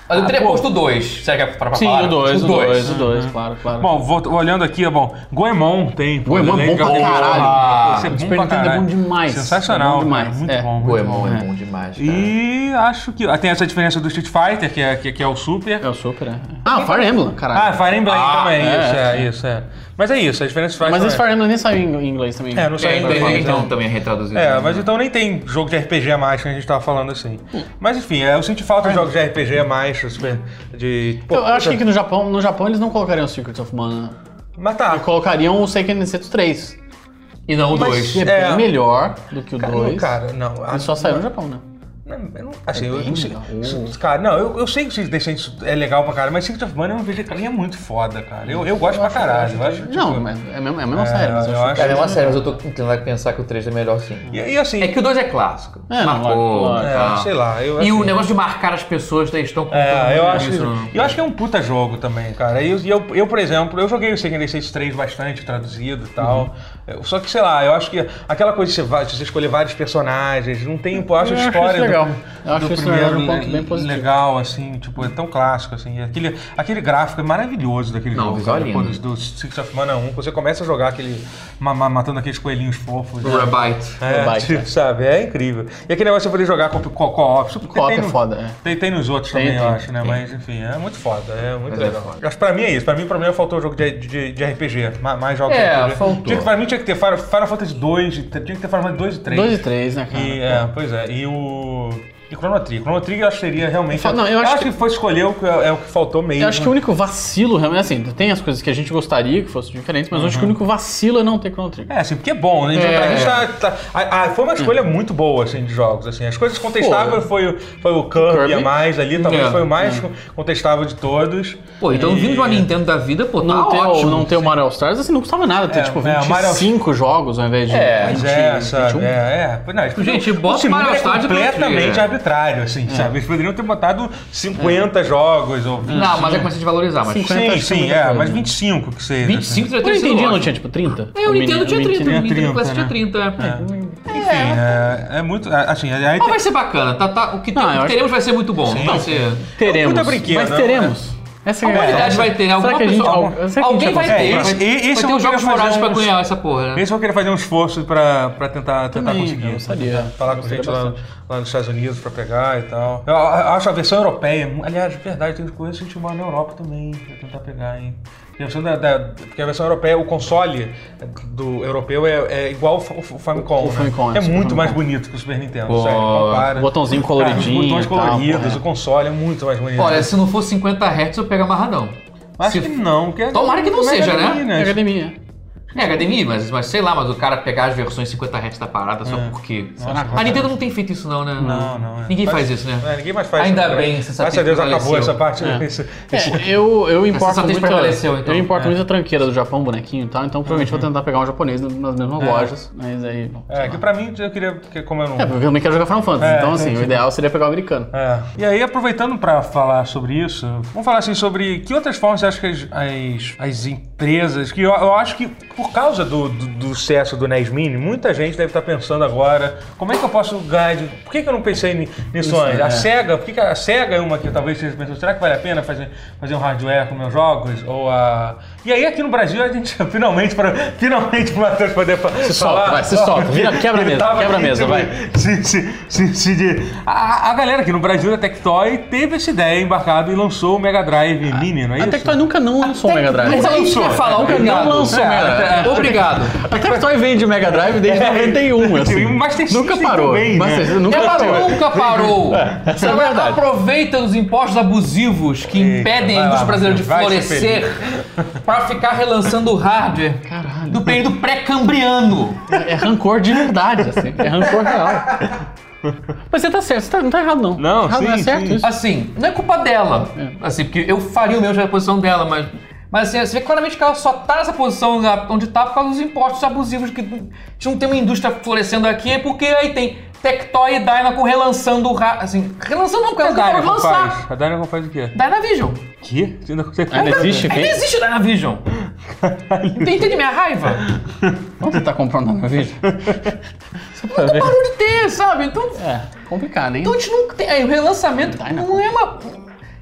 S2: Mas eu teria posto o 2, será que é pra, pra
S3: Sim,
S2: falar?
S3: o 2, o
S2: dois.
S3: 2, o 2, claro, claro.
S1: Bom, vou- olhando aqui, é bom. Goemon tem.
S3: Goemon é bom pra
S1: Goemon,
S3: caralho.
S1: ah,
S2: Isso
S1: é
S3: O
S1: bom
S3: Super
S1: pra
S3: Nintendo é
S1: caralho.
S3: bom demais.
S1: Sensacional,
S3: É bom demais,
S1: cara, Muito
S3: é.
S1: bom, muito
S2: Goemon
S1: bom.
S2: é bom demais, cara.
S1: E acho que. ah, Tem essa diferença do Street Fighter, que é, que, que é o Super.
S3: É o Super, é. Ah, Fire Emblem,
S1: Ah,
S3: caralho.
S1: Fire Emblem
S2: Ah,
S1: também,
S3: é,
S1: isso, é, isso, é. Mas é isso, a diferença faz.
S3: Mas esse Fire Emblem nem saiu em inglês também.
S1: É, não
S2: É,
S1: sei
S2: então,
S1: ainda como,
S2: então
S1: né?
S2: também é retraduzido.
S1: É, mas então nem tem jogo de RPG a mais que a gente tava falando assim. Mas enfim, é, eu senti falta de jogos de RPG a mais, super, de. Pô,
S3: Eu eu acho
S1: puta,
S3: que no Japão, no Japão eles não colocariam Secrets of Mana.
S1: Mas tá.
S3: Colocariam o Seiken Densetsu 3.
S2: E não o 2.
S3: Que é,
S1: É.
S3: bem melhor do que o 2.
S1: Cara, não.
S3: Ele
S1: a-
S3: só saiu no Japão, né?
S1: Não, eu não- Assim, eu
S3: bem
S1: não sei.
S3: legal.
S1: isso- Cara, não, eu, eu sei que Six Decentes é legal pra caralho, mas Secret of Mana eu vejo que é muito foda, cara. Eu, eu gosto pra caralho. Eu acho, tipo,
S3: Não, mas é a mesma, é a mesma
S1: É,
S3: série. Mas eu
S1: eu
S3: acho...
S1: acho-
S2: É a mesma série, mas eu tô inclinado a pensar que o 3 é melhor sim.
S1: E, e assim,
S2: É que o 2 é clássico.
S3: É, não,
S2: Marcou,
S3: lógico,
S1: é,
S2: tá.
S1: sei lá. Eu,
S2: E
S1: assim,
S2: o negócio de marcar as pessoas, tá? eles estão
S1: É,
S3: Então,
S1: eu acho,
S2: não.
S1: eu acho que é um puta jogo também, cara. E eu, e eu, eu, por exemplo, eu joguei o Sega 3 bastante traduzido e tal.
S3: Uhum.
S1: Eu- Só que, sei lá, eu acho que aquela coisa de você, vai- de você escolher vários personagens, não tem, pô, eu acho
S3: Eu
S1: a
S3: acho
S1: história
S3: isso
S1: do-
S3: legal.
S1: do,
S3: Eu acho isso, na
S1: primeiro
S3: verdade, um ponto bem
S1: le-
S3: positivo.
S1: legal, assim, tipo, é tão clássico, assim. E Aquele, aquele gráfico é maravilhoso daquele
S2: Não, o
S1: jogo.
S2: visual
S1: cara,
S2: é lindo.
S1: pô, Do, do Six of Mana 1, você começa a jogar aquele, ma- ma- matando aqueles coelhinhos fofos.
S2: O Rabite.
S1: É,
S3: Bike,
S1: tipo, sabe? É incrível. E aquele negócio de poder jogar co- co- co-op. super-
S3: Co-op
S1: tem
S3: é
S1: no-
S3: foda, é.
S1: Tem, tem nos outros também,
S3: tem,
S1: eu acho, né? Mas, enfim, é muito foda. É muito
S2: Mas é
S1: legal.
S2: foda.
S1: Acho que pra mim é isso. Pra mim, o problema faltou o jogo de, de, de RPG. ma- Mais jogos
S2: É,
S1: de RPG.
S2: faltou.
S1: Tinha que, pra mim tinha que ter Final Final Fantasy 2, tinha que ter Final Fantasy 2 e 3.
S3: 2 e 3, né, cara?
S1: E, é, pois é. E o... E Chrono Trigger. Chrono Trigger eu acho que seria realmente...
S3: Eu fa- não, eu acho
S1: que... foi escolher o que é, é o que faltou mesmo.
S3: Eu acho que o único vacilo, realmente, assim, tem as coisas que a gente gostaria que fossem diferentes, mas eu
S1: Uhum.
S3: acho que o único vacilo é não ter Chrono Trigger.
S1: É, assim, porque é bom, né?
S2: É.
S1: Pra gente tá, tá- a- a- foi uma escolha muito boa, assim, de jogos, assim. As coisas contestáveis foi, o- foi o Kirby,
S3: Kirby.
S1: a mais ali, talvez
S2: É.
S1: foi o mais contestável de todos.
S2: Pô, então
S1: E-
S2: vindo de uma Nintendo da vida, pô, tá
S3: Não, ter, o,
S2: ótimo.
S3: não ter o Mario All Stars, assim, não custava nada ter,
S1: Ah, É,
S3: tipo,
S1: é, o Mario-
S3: 25 jogos ao invés de um,
S2: É,
S1: Mas
S3: 20,
S1: é, sabe?
S3: 21.
S1: É, é. Pois Não, eles podiam-
S2: Gente, bota
S1: o Simon
S2: Mario
S1: é
S2: Stars e
S1: completamente
S2: Frontier.
S1: arbitrário, assim,
S2: É.
S1: sabe? Eles poderiam ter botado 50 jogos ou 25.
S2: Não, mas é começar a desvalorizar, mas...
S3: Sim. 50
S1: Sim,
S3: acho que é
S1: sim,
S3: muita
S1: é,
S3: coisa.
S1: mas 25 que seja.
S2: 25 já
S3: O
S2: teria sido
S3: Nintendo não
S2: ótimo.
S3: tinha, tipo, 30?
S2: É, o Nintendo tinha 30, o Nintendo
S1: 30,
S2: Classic tinha
S1: né?
S2: 30. é.
S1: assim. Enfim, é, é muito. é, Assim, aí
S2: Mas
S1: tem-
S2: vai ser bacana, tá, tá, o que, tem-
S3: Não,
S2: o que
S3: eu acho-
S2: teremos vai ser muito bom. Não vai ser...
S3: Teremos.
S1: Puta brinquedo,
S3: mas
S1: né?
S3: teremos. Essa é a
S2: A humanidade
S3: questão.
S2: vai ter,
S3: Será
S2: alguma
S3: que a gente,
S2: pessoa...
S3: al- será que a
S2: alguém
S3: gente
S2: vai
S3: consegue?
S1: É,
S2: ter, vai,
S1: esse- esse
S2: vai
S1: eu
S2: ter
S1: queria
S2: os jogos
S1: fazer
S2: morais pra
S1: uns-
S2: ganhar essa porra, né?
S1: Esse eu queria fazer um esforço pra, pra tentar, tentar
S3: Também,
S1: conseguir. né?
S3: eu gostaria.
S1: Tentar Falar com
S3: Gostaria
S1: gente lá, lá nos Estados Unidos pra pegar e tal. Eu, a- acho a versão europeia. mu- Aliás, de verdade, tem coisa que uma na Europa também. Pra tentar pegar, hein? Porque a versão, da- da- porque a versão europeia, o console do europeu é, é igual o, fa- o Famicom.
S3: O
S1: né?
S3: Famicom, é,
S1: é,
S3: o Super
S1: muito mais
S3: Famicom.
S1: bonito que o Super Nintendo.
S2: Pô,
S1: sério, compara.
S3: botãozinho
S1: Cara,
S3: coloridinho
S1: Os botões
S3: e tal,
S1: coloridos,
S3: porra.
S1: o console é muito mais bonito.
S2: Olha, se não for 50 Hz, eu pego amarradão.
S1: acho
S2: se-
S1: que não. Porque
S2: Tomara que não
S1: mas
S2: seja,
S1: é
S2: né?
S1: ali,
S3: É academia.
S2: É, HDMI, mas, mas sei lá, mas o cara pegar as versões 50 Hz da parada só porque. a Nintendo não tem feito isso, não, né?
S1: Não, não. é.
S2: Ninguém faz isso, né?
S1: É, ninguém mais faz
S2: Ainda
S1: isso. né?
S2: bem, você sabe
S1: Graças a
S2: que
S1: Deus acabou
S2: prevaleceu.
S1: essa parte. Esse- esse-
S3: É, eu, eu importo
S2: sensação
S3: muito,
S2: prevaleceu, então.
S3: eu importo muito a tranqueira do Japão, bonequinho e tal, então provavelmente vou tentar pegar um japonês nas mesmas lojas, mas aí... bom, sei
S1: Uhum. É,
S3: lá.
S1: que pra mim, eu queria. Porque como eu não.
S3: É, porque eu também quero jogar Final Fantasy,
S1: É,
S3: então
S1: é,
S3: assim, o
S1: tipo-
S3: ideal seria pegar o americano.
S1: É. E aí, aproveitando pra falar sobre isso, vamos falar assim sobre que outras formas você acha que as, as, as empresas. Que eu, eu acho que, por por causa do, do, do sucesso do NES Mini, muita gente deve estar pensando agora, como é que eu posso ganhar de... Por que, que eu não pensei ni- nisso
S2: Isso,
S1: antes?
S2: é.
S1: A SEGA, por que, que a SEGA é uma que talvez vocês pensam, será que vale a pena fazer, fazer um hardware com meus jogos? Ou a... E aí aqui no Brasil a gente (laughs) finalmente, para finalmente o Matheus poder fa- falar...
S3: solta, vai, se solta.
S1: porque
S3: Vira- quebra a
S1: ele
S3: mesa,
S1: tava
S3: quebra a
S1: aqui,
S3: mesa,
S1: tipo,
S3: vai.
S1: (laughs) se- se- se- se de- A, a galera aqui no Brasil da Tectoy teve essa ideia embarcado e lançou o Mega Drive
S2: Ah,
S1: Mini, não é
S3: A
S1: isso?
S3: Tectoy nunca não lançou o Mega Drive. (laughs)
S2: Mas aí a gente vai
S1: lançou.
S2: falar, obrigado.
S3: Não lançou
S1: É,
S3: Mega Drive.
S1: é.
S2: Obrigado.
S3: A Tectoy vende Mega Drive desde
S1: É.
S3: (laughs) 91, assim.
S1: E o Master
S3: nunca
S1: System
S3: parou.
S1: também, né?
S3: Master System nunca
S2: Nunca parou.
S3: parou.
S2: Nunca parou.
S3: isso (laughs) é
S2: Agora,
S3: verdade.
S2: Aproveita os impostos abusivos que
S1: Eita, vai
S2: impedem a
S1: lá,
S2: indústria brasileira de
S1: vai ser
S2: florescer pra ficar relançando o hardware
S3: Caralho.
S2: do período pré-cambriano.
S3: É rancor de verdade, assim. É rancor (laughs) real. Mas você tá certo, você tá- não tá errado, não.
S1: Não,
S3: errado, não é
S1: sim,
S3: certo
S1: sim.
S3: isso.
S2: Assim, não é culpa dela. Assim, porque eu faria o meu na posição dela, mas. Mas assim, você vê claramente que ela só tá nessa posição na- onde tá por causa dos impostos abusivos que a gente não tem uma indústria florescendo aqui, é porque aí tem Tectoy e Dynaco relançando o ra- assim, relançando não, porque
S1: A
S2: ela acabou de
S1: Dynacon
S2: lançar.
S1: faz. A Dynacon faz o quê?
S2: Dynavision.
S1: Que? Você ainda consegue
S3: Ainda existe?
S2: Ainda existe Dynavision. Entende minha raiva?
S3: Onde você tá comprando na (laughs) vídeo? Só pra ver.
S2: Parou de ter, sabe? Então,
S3: É, complicado, hein?
S2: então a gente não tem. aí O relançamento não é uma.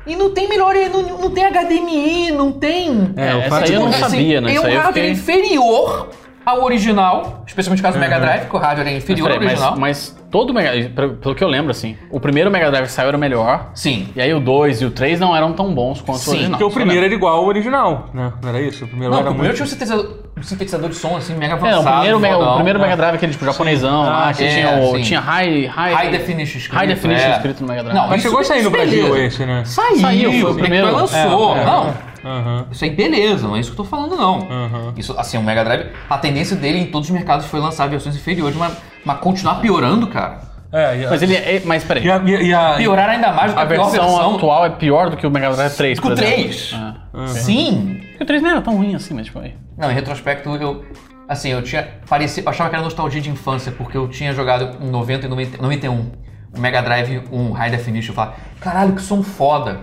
S2: E não tem melhor. Não, não tem HDMI, não tem.
S3: É,
S1: o
S3: essa
S1: fato
S3: aí eu não
S1: é que,
S2: Assim,
S3: sabia, né?
S2: É
S3: Isso
S2: um
S3: aí eu
S2: hardware
S3: fiquei...
S2: inferior ao original, especialmente no caso do Mega Drive, que o hardware é
S3: Uhum. Mas,
S2: inferior ao
S3: peraí, mas,
S2: original.
S3: mas todo Mega Drive, pelo- pelo que eu lembro, assim, o primeiro Mega Drive que saiu era o melhor,
S2: Sim.
S3: e aí o 2 e o 3 não eram tão bons quanto
S2: Sim,
S3: o original.
S1: Porque o
S3: isso eu
S1: primeiro era igual ao original, né? Não era isso? O primeiro
S2: Não,
S1: era
S2: o
S1: muito...
S2: primeiro tinha um sintetizador, um sintetizador de som, assim, mega
S3: É,
S2: avançado.
S3: o primeiro, Mega, o
S2: fodão.
S3: primeiro
S2: É.
S3: Mega Drive, aquele tipo japonesão lá, que
S2: é,
S3: tinha, o,
S2: sim.
S3: tinha high, high,
S2: High Definition escrito.
S3: High Definition
S2: é.
S3: escrito no Mega Drive.
S2: Não,
S1: Mas
S2: isso-
S1: chegou a sair no
S2: isso
S1: Brasil
S2: beleza.
S1: esse, né?
S2: Saiu,
S3: Saiu, foi o
S2: Tectoy
S3: primeiro.
S2: lançou.
S1: É, é.
S2: não,
S1: Aham.
S2: isso aí beleza, não é isso que eu tô falando não.
S1: Aham.
S2: Isso, assim, o Mega Drive, a tendência dele em todos os mercados foi lançar versões inferiores, mas, mas continuar piorando, cara.
S1: É, e a...
S3: Mas ele é. Mas peraí.
S1: E a, e a- e a-
S2: Piorar ainda mais do que
S3: A
S2: a, pior
S3: versão,
S2: versão.
S3: atual é pior do que o Mega Drive 3,
S2: Com
S3: por
S2: o
S3: exemplo.
S2: 3.
S3: Ah.
S2: Sim.
S3: Porque o 3 não era tão ruim assim, mas tipo aí.
S2: Não, em retrospecto, eu. Assim, eu tinha. Parecia, eu achava que era nostalgia de infância, porque eu tinha jogado em 90 e 90, 91 o Mega Drive 1 High Definition. Eu falava, caralho, que som foda.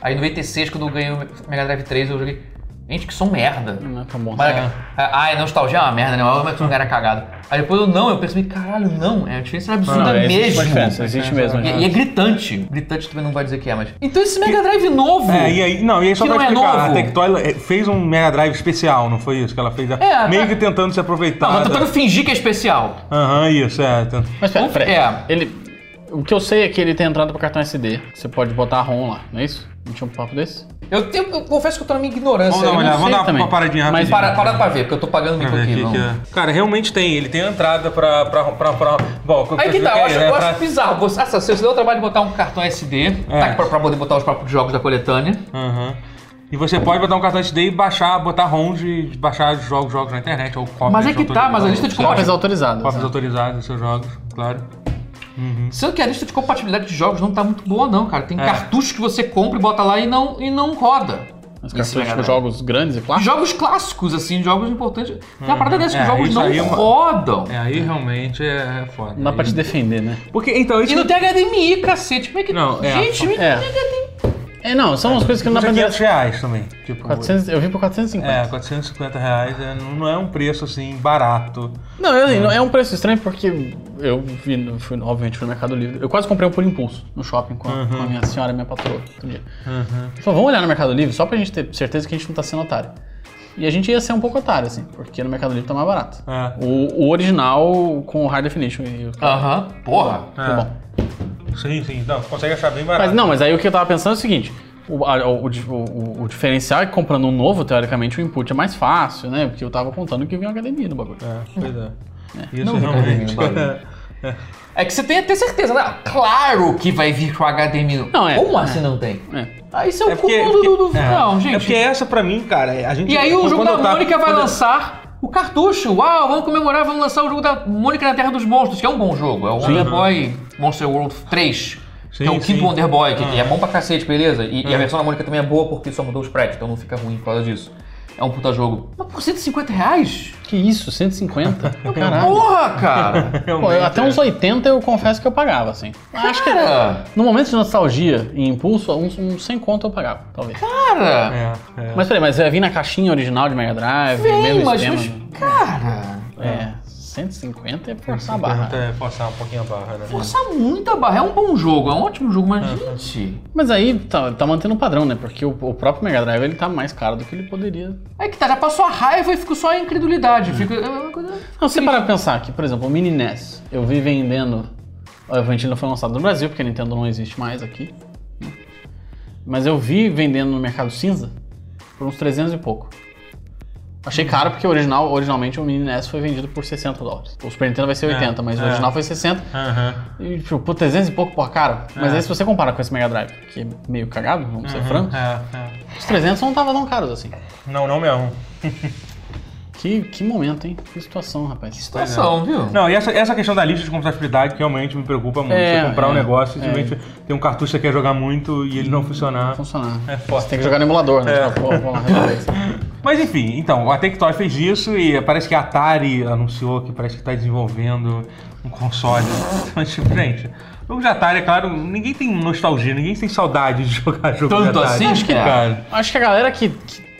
S2: Aí em 96, quando eu ganhei o Mega Drive 3, eu joguei. Gente, que som merda.
S3: Não é tão bom.
S2: Mas, Ah, é nostalgia é uma merda, né? Olha como é que o cara é cagado. Aí depois eu não, eu percebi, caralho, não, é a diferença é absurda
S3: Não, existe
S2: mesmo.
S3: uma diferença, existe mesmo.
S2: E, e é gritante. Gritante também não vai dizer que é, mas. Então esse Mega Drive novo.
S1: É, e aí, não, e aí só
S2: Que
S1: pra
S2: não é
S1: explicar,
S2: novo.
S1: a Tectoy eh, fez um Mega Drive especial, não foi isso que ela fez?
S2: tá-
S1: Meio que tentando se aproveitar.
S2: Não, eu tô
S1: da-
S2: tentando fingir que é especial.
S1: Aham, isso, é. Tent-
S3: Mas pera, pera aí.
S2: É.
S3: Ele. O que eu sei é que ele tem entrada pro cartão SD. Você pode botar ROM lá, não é isso? Não tinha um papo desse?
S2: Eu, tenho- eu confesso que eu tô na minha ignorância.
S1: Vamos dar
S2: Eu
S1: uma
S2: não
S1: olhada,
S2: sei.
S1: vamos dar
S3: também.
S1: uma paradinha
S3: Mas
S1: rapidinho.
S2: Para, para pra ver, porque eu tô pagando mico
S1: Pra ver
S2: aqui.
S1: o que
S2: não.
S1: que é. Cara, realmente tem. Ele tem entrada pra. pra, pra, pra bom,
S2: Aí que tá, eu acho,
S1: né,
S2: eu
S1: pra- É.
S2: acho bizarro. Você, ah, você deu o trabalho de botar um cartão SD, tá, pra, pra poder botar os próprios jogos da coletânea.
S1: Aham. E você pode botar um cartão SD e baixar, botar ROM de de baixar jogos, jogos na internet ou cópias.
S2: Mas é que tá, mas a lista de
S1: autorizadas.
S3: Cópias autorizadas.
S1: Cópias
S3: né?
S1: autorizadas dos seus jogos, claro. Hum.
S2: Sendo que a lista de compatibilidade de jogos não tá muito boa, não, cara.
S1: É.
S2: Tem cartuchos que você compra e bota lá e não, e não roda.
S3: Os
S2: Esse
S3: cartões
S2: Mega
S3: com
S2: Drive.
S3: jogos grandes e
S2: De
S3: plásticos.
S2: Jogos clássicos, assim, jogos importantes. Tem uma parada dessa que
S1: Ah. É,
S2: os jogos
S1: isso
S2: não
S1: aí é uma-
S2: rodam.
S1: É, aí realmente é foda.
S3: Não dá pra
S1: Aí-
S3: te defender, né?
S1: Porque, então, isso
S2: E não tem HDMI, cacete. Como é que.
S1: Não, é,
S2: Gente, me-
S3: É. É, não, são umas coisas que não dá
S1: custa
S3: pra
S1: 500
S3: defender.
S1: reais também. Tipo,
S3: 400, eu vi por 450.
S1: É, 450 reais é, não não é um preço assim barato.
S3: Não, eu- não, é um preço estranho porque eu vi, no- fui, obviamente, fui no Mercado Livre. Eu quase comprei um por impulso no shopping com a, com a minha senhora e minha patroa outro dia. Ela Falou, vamos olhar no Mercado Livre só pra gente ter certeza que a gente não tá sendo otário. E a gente ia ser um pouco otário, assim, porque no Mercado Livre tá mais barato.
S1: É.
S3: O, o original com o High Definition e o
S2: Aham, porra.
S3: foi bom.
S1: Sim, sim, não, consegue achar bem barato.
S3: Mas não, mas aí o que eu tava pensando é o seguinte: o, a- o, di- o- o- o diferencial é que comprando um novo, teoricamente, o input é mais fácil, né? Porque eu tava contando que vinha uma academia no bagulho.
S1: É, pois é. Isso
S2: Não,
S1: realmente. (laughs)
S2: não, não, não. É que você tem que ter certeza, né? Claro que vai vir com HDMI.
S3: Não, é.
S2: Como
S3: É.
S2: assim não tem?
S3: É.
S2: Aí isso é o
S1: É porque,
S2: cúmulo do, do-
S1: é.
S2: Não,
S1: É porque
S2: gente.
S1: essa pra mim, cara, é, a gente.
S2: E aí o
S1: quando
S2: jogo
S1: eu
S2: da
S1: tava-
S2: Mônica vai
S1: quando eu-
S2: lançar o cartucho. Uau, vamos comemorar, vamos lançar o jogo da Mônica na Terra dos Monstros, que é um bom jogo. É o Wonder Boy Monster World 3. que é o
S1: Sim,
S2: quinto
S1: sim.
S2: Wonder Boy, que, que é bom pra cacete, beleza? E, e a versão da Mônica também é boa porque só mudou os sprites, então não fica ruim por causa disso. É um puta jogo. Mas por 150 reais?
S3: Que isso, 150?
S1: (laughs)
S3: Caralho.
S2: Porra, cara!
S1: Realmente,
S3: Pô, eu- até
S1: é.
S3: uns 80 eu confesso que eu pagava, assim. Acho que é
S2: Cara!
S3: no momento de nostalgia e impulso, uns, uns 100 conto eu pagava, talvez.
S2: Cara!
S1: É, é.
S3: Mas peraí, mas vai vir na caixinha original de Mega Drive,
S2: Vem,
S3: mesmo
S2: mas,
S3: esquema.
S2: mas Cara,
S3: É, 150 é forçar a
S1: Pergunta
S3: barra.
S1: é forçar um pouquinho a barra, né?
S2: forçar muita barra. É um bom jogo, é um ótimo jogo, mas, gente.
S3: Mas aí tá, tá mantendo o padrão, né? Porque o, o próprio Mega Drive ele tá mais caro do que ele poderia.
S2: É que tá, já passou a raiva e ficou só a incredulidade. Fica. é uma coisa-
S3: Não, se você parar pra pensar que, por exemplo, o Mini NES, eu vi vendendo. Obviamente ele não foi lançado no Brasil, porque a Nintendo não existe mais aqui. né? Mas eu vi vendendo no mercado cinza por uns 300 e pouco. Achei caro porque o original, originalmente o Mini NES foi vendido por 60 dólares. O Super Nintendo vai ser 80, mas o
S1: é.
S3: original foi 60.
S1: Aham.
S3: E, tipo, por 300 e pouco, por caro.
S1: É.
S3: Mas aí se você compara com esse Mega Drive, que é meio cagado, vamos
S1: Uhum.
S3: ser francos,
S1: É,
S3: os 300 não estavam tão caros assim.
S1: é. Não, não mesmo.
S3: Que, que momento, hein? Que situação, rapaz.
S2: Situação, viu?
S1: Não, e essa, essa questão da lista de compatibilidade que realmente me preocupa muito.
S3: É,
S1: você comprar um
S3: é,
S1: negócio,
S3: é.
S1: simplesmente tem um cartucho que você quer jogar muito e ele não funcionar.
S3: funcionar.
S1: É forte.
S3: Você tem que jogar no emulador, né?
S1: É.
S3: Tipo, pô, vamos lá, resolver isso.
S1: Mas enfim, então, a Tectoy fez isso e parece que a Atari anunciou que parece que tá desenvolvendo um console. (laughs) Mas, tipo, gente, jogo de Atari, é claro, ninguém tem nostalgia, ninguém tem saudade de (laughs) jogar jogo de
S2: Tanto
S1: Atari.
S2: assim,
S1: acho que
S2: cara?
S1: cara.
S3: Acho que a galera que, que,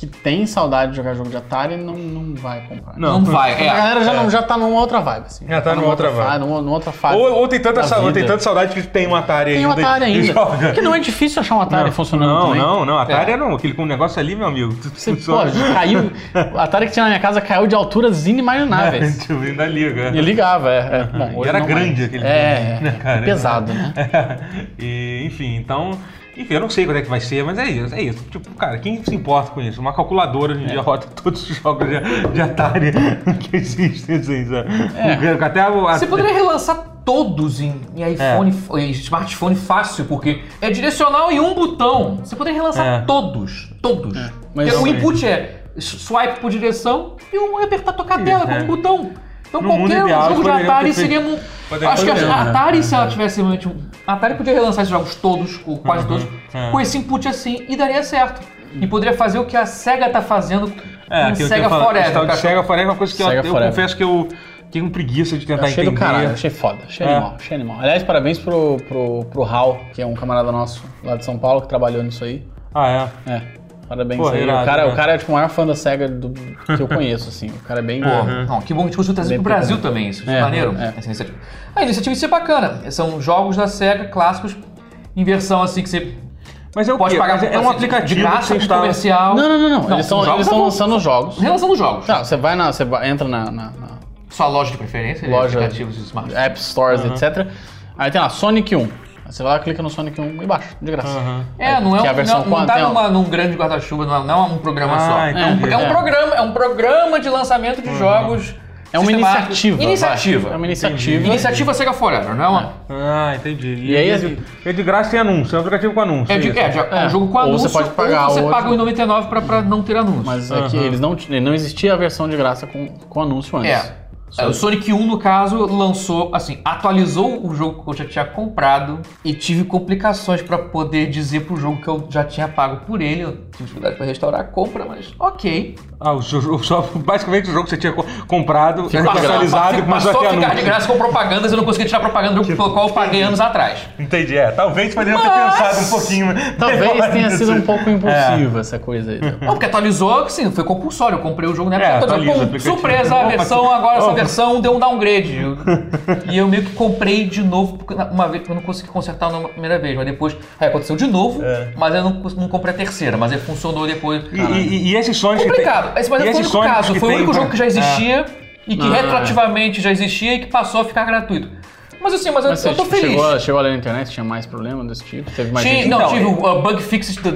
S3: que tem saudade de jogar jogo de Atari não, não vai comprar.
S2: Não, vai.
S3: A
S2: É,
S3: galera já, não, já tá numa outra vibe, assim.
S1: Já tá numa outra vibe.
S3: Fase, numa, numa outra fase.
S1: Ou, ou tem tanta
S3: da
S1: saudade,
S3: vida.
S1: tem tanta saudade que tem um Atari
S3: tem um
S1: ainda.
S3: Atari
S1: e- e
S3: ainda.
S1: joga.
S3: Porque não é difícil achar um Atari funcionando
S1: não,
S3: também. É.
S1: Não, não, Atari é um era um, aquele com negócio ali, meu amigo. tudo
S3: Você, pô,
S1: (laughs) funciona.
S3: caiu. O Atari que tinha na minha casa caiu de alturas inimagináveis.
S1: Tipo, ainda liga.
S3: E eu ligava, é. é. Bom,
S1: E
S3: hoje
S1: era
S3: não
S1: grande
S3: mais.
S1: aquele
S3: É,
S1: (laughs) jogo, né,
S3: é,
S1: cara?
S3: pesado, né?
S1: (laughs) e, enfim, então. Enfim, eu não sei quando é que vai ser, mas é isso, é isso. Tipo, cara, quem se importa com isso? Uma calculadora
S2: É.
S1: hoje em dia roda todos os jogos de, de Atari (laughs) que existem, assim, sabe? Até a, a-
S2: É. Você poderia relançar todos em,
S1: É.
S2: em iPhone, em smartphone fácil, porque é direcional e um botão. Você poderia relançar
S1: É.
S2: todos, todos.
S3: mas
S2: Porque o
S3: não-
S2: input é swipe por direção e um é apertar tocar a tela com
S1: é.
S2: um botão. Então
S1: No
S2: qualquer
S1: mundo ideal,
S2: jogo de
S1: poderiam ter
S2: Atari
S1: feito-
S2: seria um...
S1: poderiam
S2: Acho que
S1: fazer,
S2: a
S1: né?
S2: Atari, se ela tivesse realmente um... A Atari podia relançar esses jogos todos, ou quase todos,
S1: é.
S2: com esse input assim e daria certo. E poderia fazer o que a SEGA tá fazendo
S1: É,
S2: em
S1: que eu
S2: Sega
S1: tenho falado,
S2: Forever.
S1: esse tal de
S2: cara.
S1: Sega Forever é uma coisa que eu,
S3: Sega
S1: eu
S3: Forever.
S1: confesso que eu tenho preguiça de tentar
S3: Achei
S1: entender.
S3: Tá do caralho, achei foda, achei
S1: É.
S3: animal, achei animal. Aliás, parabéns pro, pro, pro Hal, que é um camarada nosso lá de São Paulo que trabalhou nisso aí.
S1: Ah, é.
S3: É, parabéns
S1: Porra,
S3: aí.
S1: irado,
S3: o, cara,
S1: né?
S3: o cara é tipo, o maior fã da SEGA do, que eu conheço, assim. O cara é bem.
S2: Pô, não, que bom que a gente conseguiu trazer pro
S3: Bem
S2: Brasil também, isso é,
S3: É,
S2: maneiro,
S3: é.
S2: essa iniciativa. A iniciativa isso é bacana, são jogos da SEGA clássicos em versão assim que você
S1: Mas é o
S2: pode
S1: quê?
S2: pagar
S1: Mas é
S2: assim,
S1: um aplicativo
S2: de
S1: que
S2: graça,
S1: você
S2: com
S1: instala.
S2: comercial.
S3: Não, Tá. não, não, não. Eles
S2: são jogos
S3: estão
S2: da-
S3: lançando jogos.
S2: Relançando jogos.
S3: Não, você vai na. Você vai- entra na, na- na
S2: Sua loja de preferência, de
S3: Loja.
S2: aplicativos e smartphones.
S3: App Stores, etc. Aí tem lá, Sonic 1. Aí você vai lá, clica no Sonic 1 e baixa, de graça.
S2: É, não é,
S3: Que é a
S2: um-
S3: versão
S2: não, não tá
S3: quadrão.
S2: numa- num grande guarda-chuva, não, é- não é um programa
S1: Ah,
S2: só.
S1: entendi.
S2: É um
S3: É.
S2: programa, é um programa de lançamento de jogos.
S3: É uma
S2: sistemático.
S3: iniciativa. vai.
S2: Iniciativa.
S3: É uma iniciativa.
S2: Iniciativa Sega Forever, não é uma.
S1: Ah, entendi. E,
S3: E aí,
S1: é de, é de graça tem anúncio, é um aplicativo com anúncio.
S2: assim? É, de,
S1: isso.
S2: é, de- é
S3: É.
S2: um jogo com
S3: Ou
S2: anúncio,
S3: você pode pagar
S2: ou você
S3: outro.
S2: paga o 99 pra, pra não ter anúncio.
S3: Mas é que eles não, t- não existia a versão de graça com, com anúncio antes.
S2: É. É, O Sonic 1, no caso, lançou, assim, atualizou o jogo que eu já tinha comprado e tive complicações pra poder dizer pro jogo que eu já tinha pago por ele. Eu tive dificuldade pra restaurar a compra, mas ok.
S1: Ah, o, jo- (laughs) o, só- basicamente o jogo que você tinha co- comprado,
S3: de graça.
S1: atualizado e começou a
S2: passou
S1: ter
S2: a ficar de
S1: anúncio.
S2: graça com propagandas e eu não consegui tirar propaganda do jogo pelo qual eu paguei anos atrás.
S1: Entendi, é. Talvez poderiam ter
S2: Mas-
S1: pensado um pouquinho. né?
S3: Talvez tenha
S1: Nisso.
S3: sido um
S1: É.
S3: pouco impulsiva essa coisa aí.
S2: Não, porque atualizou, assim, foi compulsório. Eu comprei o jogo na
S1: É,
S2: época.
S1: atualiza o
S2: atualizou, pô,
S1: aplicativo.
S2: surpresa, a
S1: Opa,
S2: versão,
S1: que-
S2: agora essa
S1: Opa.
S2: versão deu um downgrade.
S1: (laughs)
S2: Eu- e eu meio que comprei de novo, porque na- uma vez eu não consegui consertar na primeira vez, mas depois aí aconteceu de novo,
S1: É.
S2: mas eu não, cons- não comprei a terceira, mas ele funcionou depois.
S1: E, e- e esses sonhos
S2: Complicado.
S1: que
S2: Esse,
S1: tem...
S2: mas
S1: e
S2: foi o
S1: esses
S2: único
S1: sonhos
S2: caso.
S1: que
S2: Foi o
S1: tem É.
S2: único
S1: pra-
S2: jogo que já existia e que
S3: Ah.
S2: retroativamente já existia e que passou a ficar gratuito. Mas assim, mas, eu-
S3: Mas
S2: eu,
S3: você
S2: tô feliz.
S3: Chegou, a- chegou a ler na internet, tinha mais problema desse tipo? Teve mais
S2: Tinha,
S3: gente...
S2: não,
S1: Então,
S2: tive
S1: é-
S2: o uh, bug fixes do-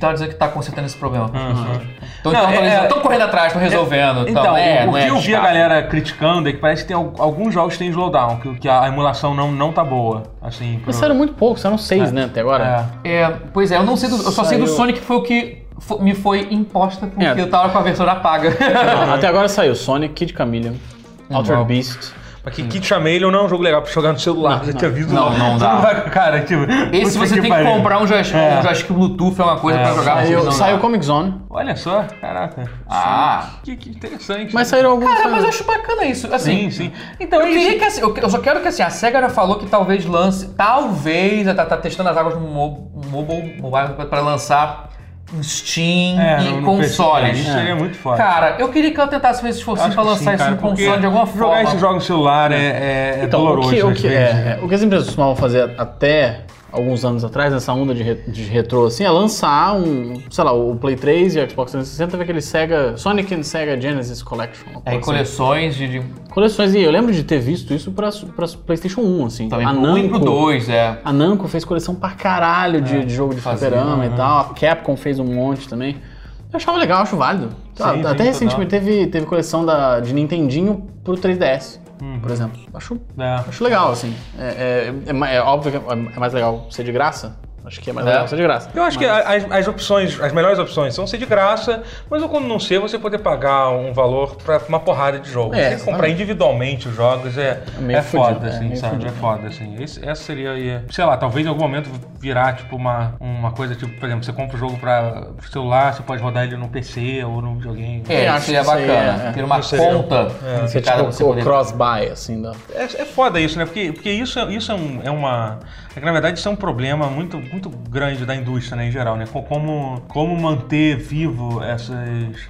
S2: tá dizendo que tá consertando esse problema. Então, Estão
S1: Não, é- é-
S2: correndo atrás, estão resolvendo.
S1: Então,
S2: tão-
S1: o,
S2: é,
S1: o
S2: não é
S1: que eu vi a
S2: chato.
S1: galera criticando é que parece que tem al- alguns jogos que tem slowdown, que, que a emulação não, não tá boa. Assim, pro...
S3: Mas eram muito poucos, eram seis, né, até agora.
S1: É.
S2: É, pois é, eu não sei do, eu só sei do
S3: Saiu-
S2: Sonic que foi o que fo- me foi imposta porque
S3: É.
S2: eu tava com a versão paga.
S3: Não, até agora saiu Sonic, Kid Chameleon, Outer Beast.
S1: Mas que Kid Chameleon não é um jogo legal pra jogar no celular, já te aviso.
S2: não,
S1: logo.
S2: não
S1: Você
S2: dá.
S1: vai- (laughs) cara, tipo...
S2: Esse
S1: puta
S2: você tem que
S1: pariu.
S2: comprar um joystick, um joystick Bluetooth, é uma coisa pra jogar. porque
S3: Saiu,
S2: não
S3: saiu
S2: dá.
S3: Comic Zone.
S2: um-
S1: Olha só, caraca.
S2: Ah.
S1: Que, que interessante.
S3: Mas saíram alguns.
S2: Cara,
S3: saíram-
S2: mas eu acho bacana isso. Assim,
S1: Sim, sim.
S2: Então, Ah. eu, queria que, assim, eu que- eu só quero que assim, a SEGA já falou que talvez lance. Talvez, ela tá, tá testando as águas no mo- mobile, mobile pra lançar Steam
S1: É,
S2: e
S1: no- no
S2: consoles.
S1: PC, Isso seria muito foda.
S2: Cara, eu queria que ela tentasse fazer esse esforcinho
S1: Acho
S2: pra
S1: que
S2: lançar
S1: sim,
S2: isso
S1: cara,
S2: no
S1: porque
S2: console de alguma forma.
S1: Jogar esse jogo no celular é, é, é doloroso.
S3: Então, o que, o,
S1: às
S3: que,
S1: vezes,
S3: é,
S1: né?
S3: é, o que as empresas costumavam fazer até alguns anos atrás, nessa onda de, re- de retrô, assim, é lançar um, sei lá, o Play 3 e o Xbox 360 teve aquele Sega, Sonic and Sega Genesis Collection. uma
S2: É,
S3: coisa
S2: e coleções de, de
S3: assim. Coleções, e eu lembro de ter visto isso pra, pra Playstation 1, assim.
S2: também
S3: a
S2: pro 1 e pro
S3: Namco-
S2: 2, é.
S3: A Namco fez coleção pra caralho de, de jogo de
S2: fazia, né?
S3: fliperama e tal. A Capcom fez um monte também. Eu achava legal, acho válido. Sei lá,
S1: Sim,
S3: até
S1: sim,
S3: recentemente teve, teve coleção da, de Nintendinho pro 3DS,
S2: Uhum.
S3: por exemplo. Acho,
S1: É.
S3: acho legal, assim. É, é- é ma- é óbvio que é é mais legal ser de graça. Acho que é mais
S2: É.
S3: legal ser de graça.
S1: Eu acho que a- as, as opções, as melhores opções são ser de graça, mas ou quando não ser, você poder pagar um valor pra uma porrada de jogos.
S3: É,
S1: Você comprar
S3: exatamente.
S1: individualmente os jogos é,
S3: É meio
S1: é foda,
S3: fudido, é,
S1: assim,
S3: meio
S1: sabe?
S3: fudido.
S1: É foda, assim. Esse- essa seria aí. Sei lá, talvez em algum momento virar, tipo, uma, uma coisa, tipo, por exemplo, você compra o jogo pra pro celular, você pode rodar ele no PC ou no videogame.
S2: É,
S3: Eu
S2: isso
S3: acho
S2: seria
S3: que isso aí
S2: bacana.
S3: é- é.
S2: Ter uma
S1: Isso seria-
S2: conta
S1: é.
S3: Ser
S2: cada
S3: tipo
S2: você
S3: o
S2: poder-
S3: cross-buy, assim. Da...
S1: É, é foda isso, né? Porque, porque isso, é- isso é, um, é uma. É que, na verdade, isso é um problema muito, muito grande da indústria, né, em geral, né? Co- Como, como manter vivo essas,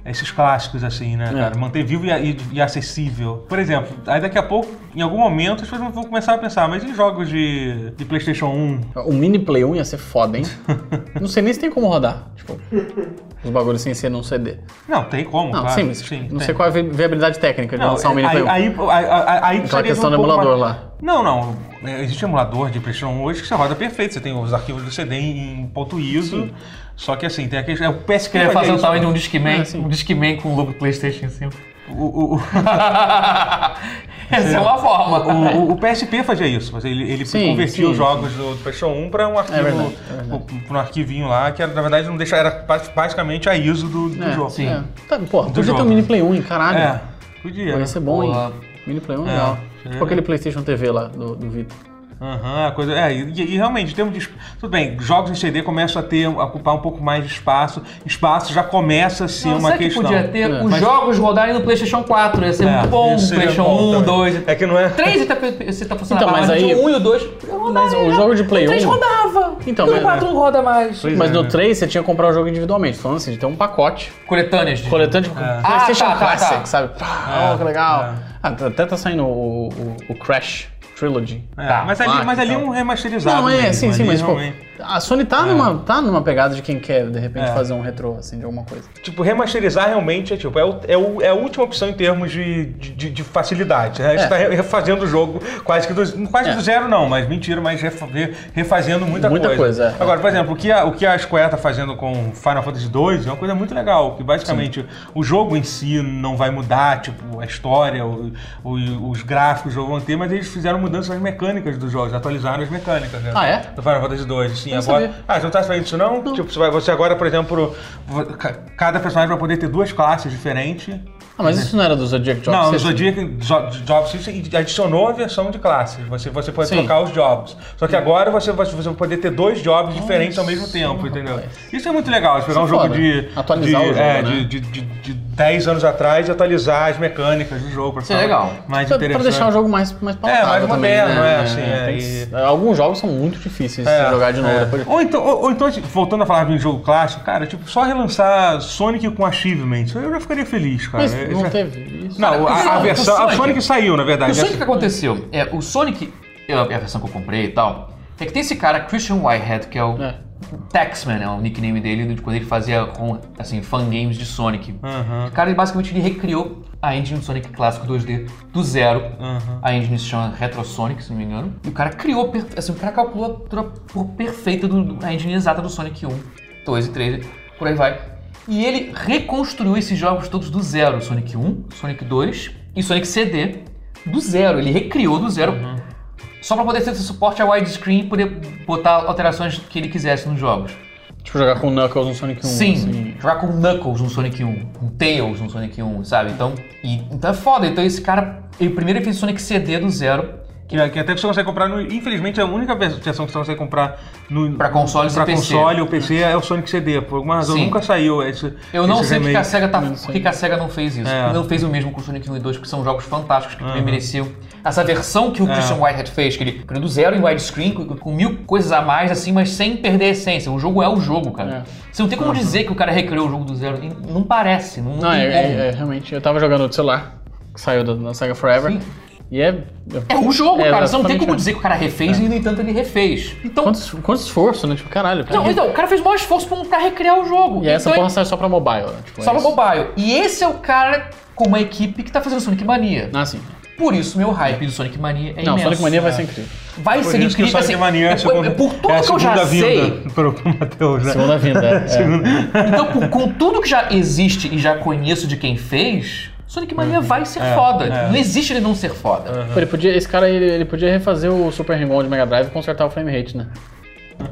S1: esses clássicos, assim,
S3: É.
S1: né, cara? Manter vivo e, e- e acessível. Por exemplo, aí daqui a pouco, em algum momento, as pessoas vão começar a pensar, "Ah, mas e jogos de, de PlayStation 1?
S3: O Um mini Play 1 ia ser
S1: (laughs)
S3: foda, hein? não sei nem se tem como rodar. Tipo, os bagulhos sem ser num CD.
S1: Não, tem como,
S3: Não,
S1: claro.
S3: sim, mas não
S1: tem.
S3: sei qual é a vi- viabilidade técnica de
S1: Não,
S3: lançar um mini Play
S1: aí,
S3: 1.
S1: aí, aí, aí, aí
S3: Aquela
S1: precisaria de
S3: questão
S1: um
S3: do
S1: pouco
S3: emulador
S1: mais-
S3: lá.
S1: Não, não. É, Existe emulador de PlayStation 1 hoje que você roda perfeito. Você tem os arquivos do CD em ponto ISO. Só que assim, tem a questão. é, O PSP
S2: Queria
S1: vai
S2: fazer
S1: ter
S2: o
S1: isso.
S2: tamanho de um Discman,
S3: É, sim.
S2: um Discman com o logo Playstation em cima.
S1: O, (laughs) o, o-
S2: (laughs) Essa é uma forma.
S1: o- o- o PSP fazia isso. mas Ele, ele
S3: Sim,
S1: convertia
S3: sim,
S1: os jogos do PlayStation 1 para um arquivo.
S3: É verdade, é verdade.
S1: Para um arquivinho lá, que era, na verdade não deixava, era ba- basicamente a ISO do, do
S3: É,
S1: jogo.
S2: sim.
S3: É. Tá, porra, podia
S1: jogo.
S3: ter um mini Play 1, hein? Caralho.
S1: É, podia.
S3: Ia
S1: né?
S3: ser bom, hein?
S2: Porra.
S3: Mini Play 1 é
S1: É,
S3: legal.
S1: seria
S3: Tipo aquele PlayStation TV lá do, do Vitor.
S1: Aham, a coisa. É, e, e realmente, temos. de- Tudo bem, jogos em CD começam a ter, a ocupar um pouco mais de espaço. Espaço já começa a ser
S2: Não,
S1: é uma
S2: será que
S1: questão.
S2: podia ter
S3: É.
S2: os
S1: Mas-
S2: jogos rodarem no PlayStation 4? Ia ser
S1: É,
S2: muito bom.
S1: isso seria
S2: PlayStation
S1: bom
S2: 1,
S1: também.
S2: 2.
S1: É que não é.
S2: 3 você tá funcionando
S3: Então,
S2: agora,
S3: mas aí-
S2: o 1 e o 2.
S3: Mas o jogo de Play 1.
S2: rodava.
S3: Então,
S2: o
S3: mas-
S2: 4 não roda mais.
S1: Pois
S3: Mas
S1: é,
S3: no
S1: né?
S3: 3 você tinha que comprar o jogo individualmente. Falando assim, de ter um pacote.
S2: Coletâneas. de-
S3: Coletando tipo, PlayStation
S2: Ah, tá, tá,
S3: Classic,
S2: tá.
S3: sabe? Pá,
S1: É,
S3: oh, que legal.
S1: é.
S3: Ah, tá- até tá saindo o, o- o Crash Trilogy.
S1: É,
S2: Tá,
S1: mas ali,
S3: marca,
S1: mas ali é
S3: então.
S1: um remasterizado.
S3: Não, é,
S1: mesmo,
S3: sim, sim,
S1: ali
S3: mas pô,
S1: realmente.
S3: a Sony tá, numa, tá numa pegada de quem quer, de repente,
S1: É.
S3: fazer um retrô, assim, de alguma coisa.
S1: Tipo, remasterizar realmente é tipo, é, o- é o- é a última opção em termos de, de, de- de facilidade. Né? Você
S3: É.
S1: tá re- refazendo o jogo quase que do, quase
S3: É.
S1: do zero, não, mas mentira, mas refa- re- refazendo muita,
S3: Muita coisa, é.
S1: Agora, por exemplo, o que, a, o que a Square tá fazendo com Final Fantasy II é uma coisa muito legal, que basicamente o jogo em si não vai mudar, tipo, a história, o- o- os gráficos não vão ter, mas eles fizeram mudanças nas mecânicas dos jogos, atualizaram as mecânicas. né?
S3: Ah, é?
S1: Do Final Fantasy II, sim.
S3: Não
S1: Agora,
S3: sabia.
S1: ah, você não tá sabendo disso não? Tipo, você, vai- você agora, por exemplo, vo- ca- cada personagem vai poder ter duas classes diferentes.
S3: Ah, mas isso não era do Zodiac Job
S1: É. não, no
S3: System?
S1: Zodiac, jo, Job System adicionou a versão de classes. Você, você pode
S3: Sim.
S1: trocar os jobs. Só que agora você, você você vai poder ter dois jobs diferentes ao mesmo tempo, entendeu? Isso é muito legal, de pegar
S3: é
S1: um jogo
S3: foda.
S1: de...
S3: Atualizar
S1: de,
S3: o jogo,
S1: é,
S3: né?
S1: de, de, de, de 10 anos atrás e atualizar as mecânicas do jogo. Pra
S2: Isso é
S1: ficar
S2: legal.
S1: Mais
S3: Pra, pra
S1: interessante.
S3: deixar um o jogo mais, mais
S1: É,
S3: palatável
S1: mais
S3: também,
S1: moderno,
S3: né?
S1: é, assim, é,
S3: Tem
S1: e-
S3: que- Alguns jogos são muito difíceis de
S1: É,
S3: se jogar de novo
S1: é.
S3: depois de...
S1: Ou então, ou, ou então, tipo, voltando a falar de um jogo clássico, cara, tipo, só relançar Sonic com Achievement, eu já ficaria feliz, cara.
S3: Mas
S1: Eu
S3: não
S1: já-
S3: teve isso.
S1: É, Não, a- a,
S2: Sonic,
S1: versão.
S2: o
S1: A
S2: Sonic.
S1: Sonic saiu, na verdade. né?
S2: O Sonic, o que aconteceu? É, o Sonic, é a versão que eu comprei e tal, é que tem esse cara, Christian Whitehead, que é o
S3: É.
S2: Taxman, é o nickname dele, de quando ele fazia com, assim, fangames de Sonic.
S1: Aham.
S2: O cara, ele, basicamente, ele recriou a engine do Sonic clássico 2D do zero.
S1: Aham.
S2: A engine se chama Retro Sonic, se não me engano. E o cara criou, per- assim, o cara calculou a altura por perfeita do, a engine exata do Sonic 1, 2 e 3, por aí vai. E ele reconstruiu esses jogos todos do zero. Sonic 1, Sonic 2 e Sonic CD do zero. Ele recriou do zero.
S1: Uhum.
S2: Só pra poder ter esse suporte a widescreen e poder botar alterações que ele quisesse nos jogos.
S3: Tipo, jogar com o Knuckles no Sonic 1.
S2: Sim,
S3: assim.
S2: jogar com Knuckles no Sonic 1, com Tails um, no Sonic 1, sabe? Então, e- então é foda. Então esse cara, ele primeiro ele fez Sonic CD do zero,
S1: Que, que até você consegue comprar no. Infelizmente, a única versão que você consegue comprar no.
S2: Pra consoles e
S1: pra
S2: PC.
S1: console ou PC é o Sonic CD. Por alguma razão
S2: Sim.
S1: nunca saiu esse.
S2: Eu não
S1: esse
S2: sei porque
S1: remake.
S2: a SEGA, tá,
S3: Não sei.
S2: porque que a SEGA não fez isso.
S1: É.
S2: Não fez o mesmo com Sonic 1 e 2, que são jogos fantásticos que também mereciam. Essa versão que o Christian Whitehead fez, que ele criou do zero em widescreen, com, com mil coisas a mais, assim, mas sem perder a essência. O jogo é o jogo, cara. Você não tem como dizer que o cara recriou o jogo do zero. Não parece, não,
S3: Não,
S2: tem
S3: é,
S2: como.
S3: é- é, realmente. Eu tava jogando no celular, que saiu da, da Sega Forever.
S2: Sim.
S3: E é.
S2: É o jogo,
S3: É,
S2: cara. Você não tem
S3: exatamente,
S2: como
S3: né?
S2: dizer que o cara refez e, no entanto, ele refez. Então,
S3: Quanto, quanto esforço, né? Tipo, caralho. pra
S2: não,
S3: quê?
S2: então o cara fez o maior esforço pra tentar recriar o jogo.
S3: e essa
S1: é
S2: Então,
S3: porra sai só pra mobile, né? Tipo,
S2: Só
S3: é
S2: no
S3: isso.
S2: mobile. E esse é o cara com uma equipe que tá fazendo Sonic Mania.
S3: Ah, sim.
S2: Por isso, meu hype do Sonic Mania é
S3: não,
S2: imenso.
S3: Sonic Mania vai ser incrível.
S2: vai
S1: Por
S2: ser
S1: isso que o
S2: incrível.
S1: Sonic
S2: assim,
S1: Mania é a
S2: é-
S1: segunda,
S2: é por tudo
S1: é a
S2: que eu já
S1: segunda
S2: sei,
S1: vinda (laughs) pro, pro Matheus, né? (laughs)
S3: (laughs) Segunda vinda. é.
S2: então por- com tudo que já existe e já conheço de quem fez, Sonic
S3: Uhum.
S2: Mania vai ser
S1: É,
S2: foda. Não existe ele não ser foda.
S1: Uhum.
S3: Pô, ele podia, esse cara ele, ele podia refazer o Super Ringon de Mega Drive e consertar o frame rate, né?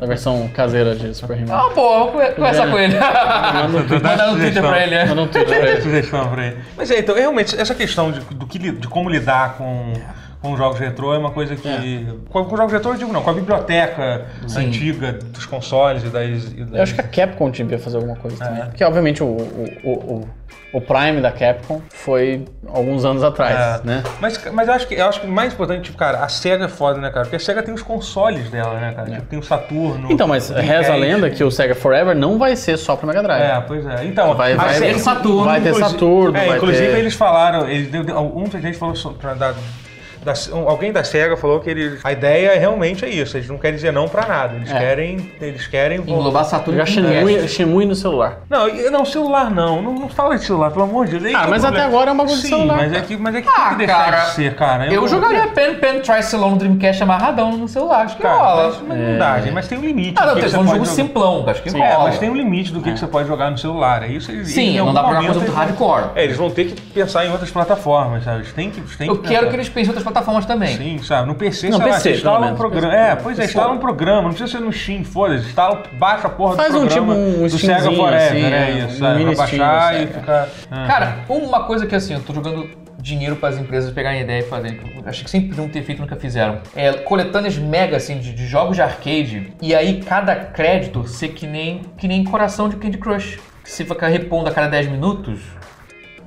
S3: A versão caseira de Super Ringon.
S2: Ah, pô, vou con- conversar
S3: É.
S2: com ele.
S1: Dá- dá
S2: (laughs) Mandar no Twitter
S1: sugestão.
S2: pra ele.
S3: Eu
S2: é.
S3: não tô pra ele.
S1: Sugestão pra ele. (laughs) Mas é, então, realmente, essa questão de, do que li- de como lidar com, com os jogos retrô é uma coisa que. Com, com os jogos retrô eu digo não, com a biblioteca antiga dos consoles e das. e das-
S3: Eu acho que é a Capcom devia fazer alguma coisa também. Porque, obviamente, o, o, o, o- o Prime da Capcom foi alguns anos atrás,
S1: É.
S3: né?
S1: Mas, mas eu, acho que, eu acho que o mais importante, tipo, cara, a SEGA é foda, né, cara? Porque a SEGA tem os consoles dela, né, cara? Tipo, tem o Saturno.
S3: É. Então, mas
S1: o Dreamcast.
S3: reza a lenda que o Sega Forever não vai ser só pro Mega Drive.
S1: É, pois é. Então,
S3: Vai-
S1: a
S3: vai-
S1: SEGA-
S2: Tem Saturno.
S3: vai ter
S1: Inclusive-
S3: Saturno,
S1: é,
S3: vai
S1: inclusive
S3: ter...
S1: eles falaram, eles deu- deu- um gente falou so- pra- da, da- um- alguém da SEGA falou que eles, a ideia realmente é isso, eles não querem dizer não pra nada, eles
S3: É.
S1: querem, eles querem
S3: um-
S2: Englobar Saturno
S3: Jogar
S2: com Dreamcast.
S3: Shenmue, Shenmue no celular.
S1: Não, e- não, celular não. não. Não fala de celular, pelo amor de Deus. Aí
S3: Ah,
S1: que o
S3: mas
S1: problema.
S3: até agora é um bagulho de
S1: Sim,
S3: celular,
S1: Mas é
S3: cara.
S1: que, mas é que
S2: Ah,
S1: tem que deixar
S2: cara,
S1: de ser, cara. é um-
S2: Eu
S1: não-
S2: jogaria Pen Pen Tricelon no Dreamcast amarradão no celular, acho que
S1: Cara,
S2: rola.
S1: mas, mas não
S3: É.
S1: dá, gente, mas tem um limite.
S2: Ah,
S1: do
S2: não,
S1: que
S2: tem
S1: que
S2: um
S1: você
S2: jogo
S1: pode jogar.
S2: simplão, acho que rola.
S1: É, mas tem um limite do que, que você pode jogar no celular. É isso. eles-
S2: Sim,
S1: em
S2: não
S1: algum
S2: dá pra jogar
S1: momento
S2: coisa muito
S1: eles-
S2: hardcore.
S1: É, eles vão ter que pensar em outras plataformas, sabe? Eles têm que. Eles têm
S2: Eu quero que
S1: pensar.
S2: eles pensem em outras plataformas também.
S1: Sim, sabe? No PC,
S3: Não,
S1: sei lá,
S3: PC,
S1: você instala
S3: pelo
S1: um
S3: menos.
S1: programa. É, pois é, instala um programa. Não precisa ser no Steam, foda-se. Instala, baixa a porra
S3: Faz
S1: do
S3: um tipo
S1: programa
S3: um
S1: do Sega
S3: Steamzinho,
S1: Forever.
S3: assim,
S1: é
S3: é,
S1: isso,
S3: um
S1: sabe? Pra
S3: mini
S1: baixar
S3: Steam,
S1: e
S3: Sega.
S1: ficar. né?
S2: Cara, uma coisa que assim, eu tô jogando dinheiro pras empresas pegarem ideia e fazerem. que eu Acho que sempre podiam ter feito, nunca fizeram. É, coletâneas mega, assim, de, de jogos de arcade. E aí cada crédito ser que nem, que nem coração de Candy Crush. Que você fica repondo a cada 10 minutos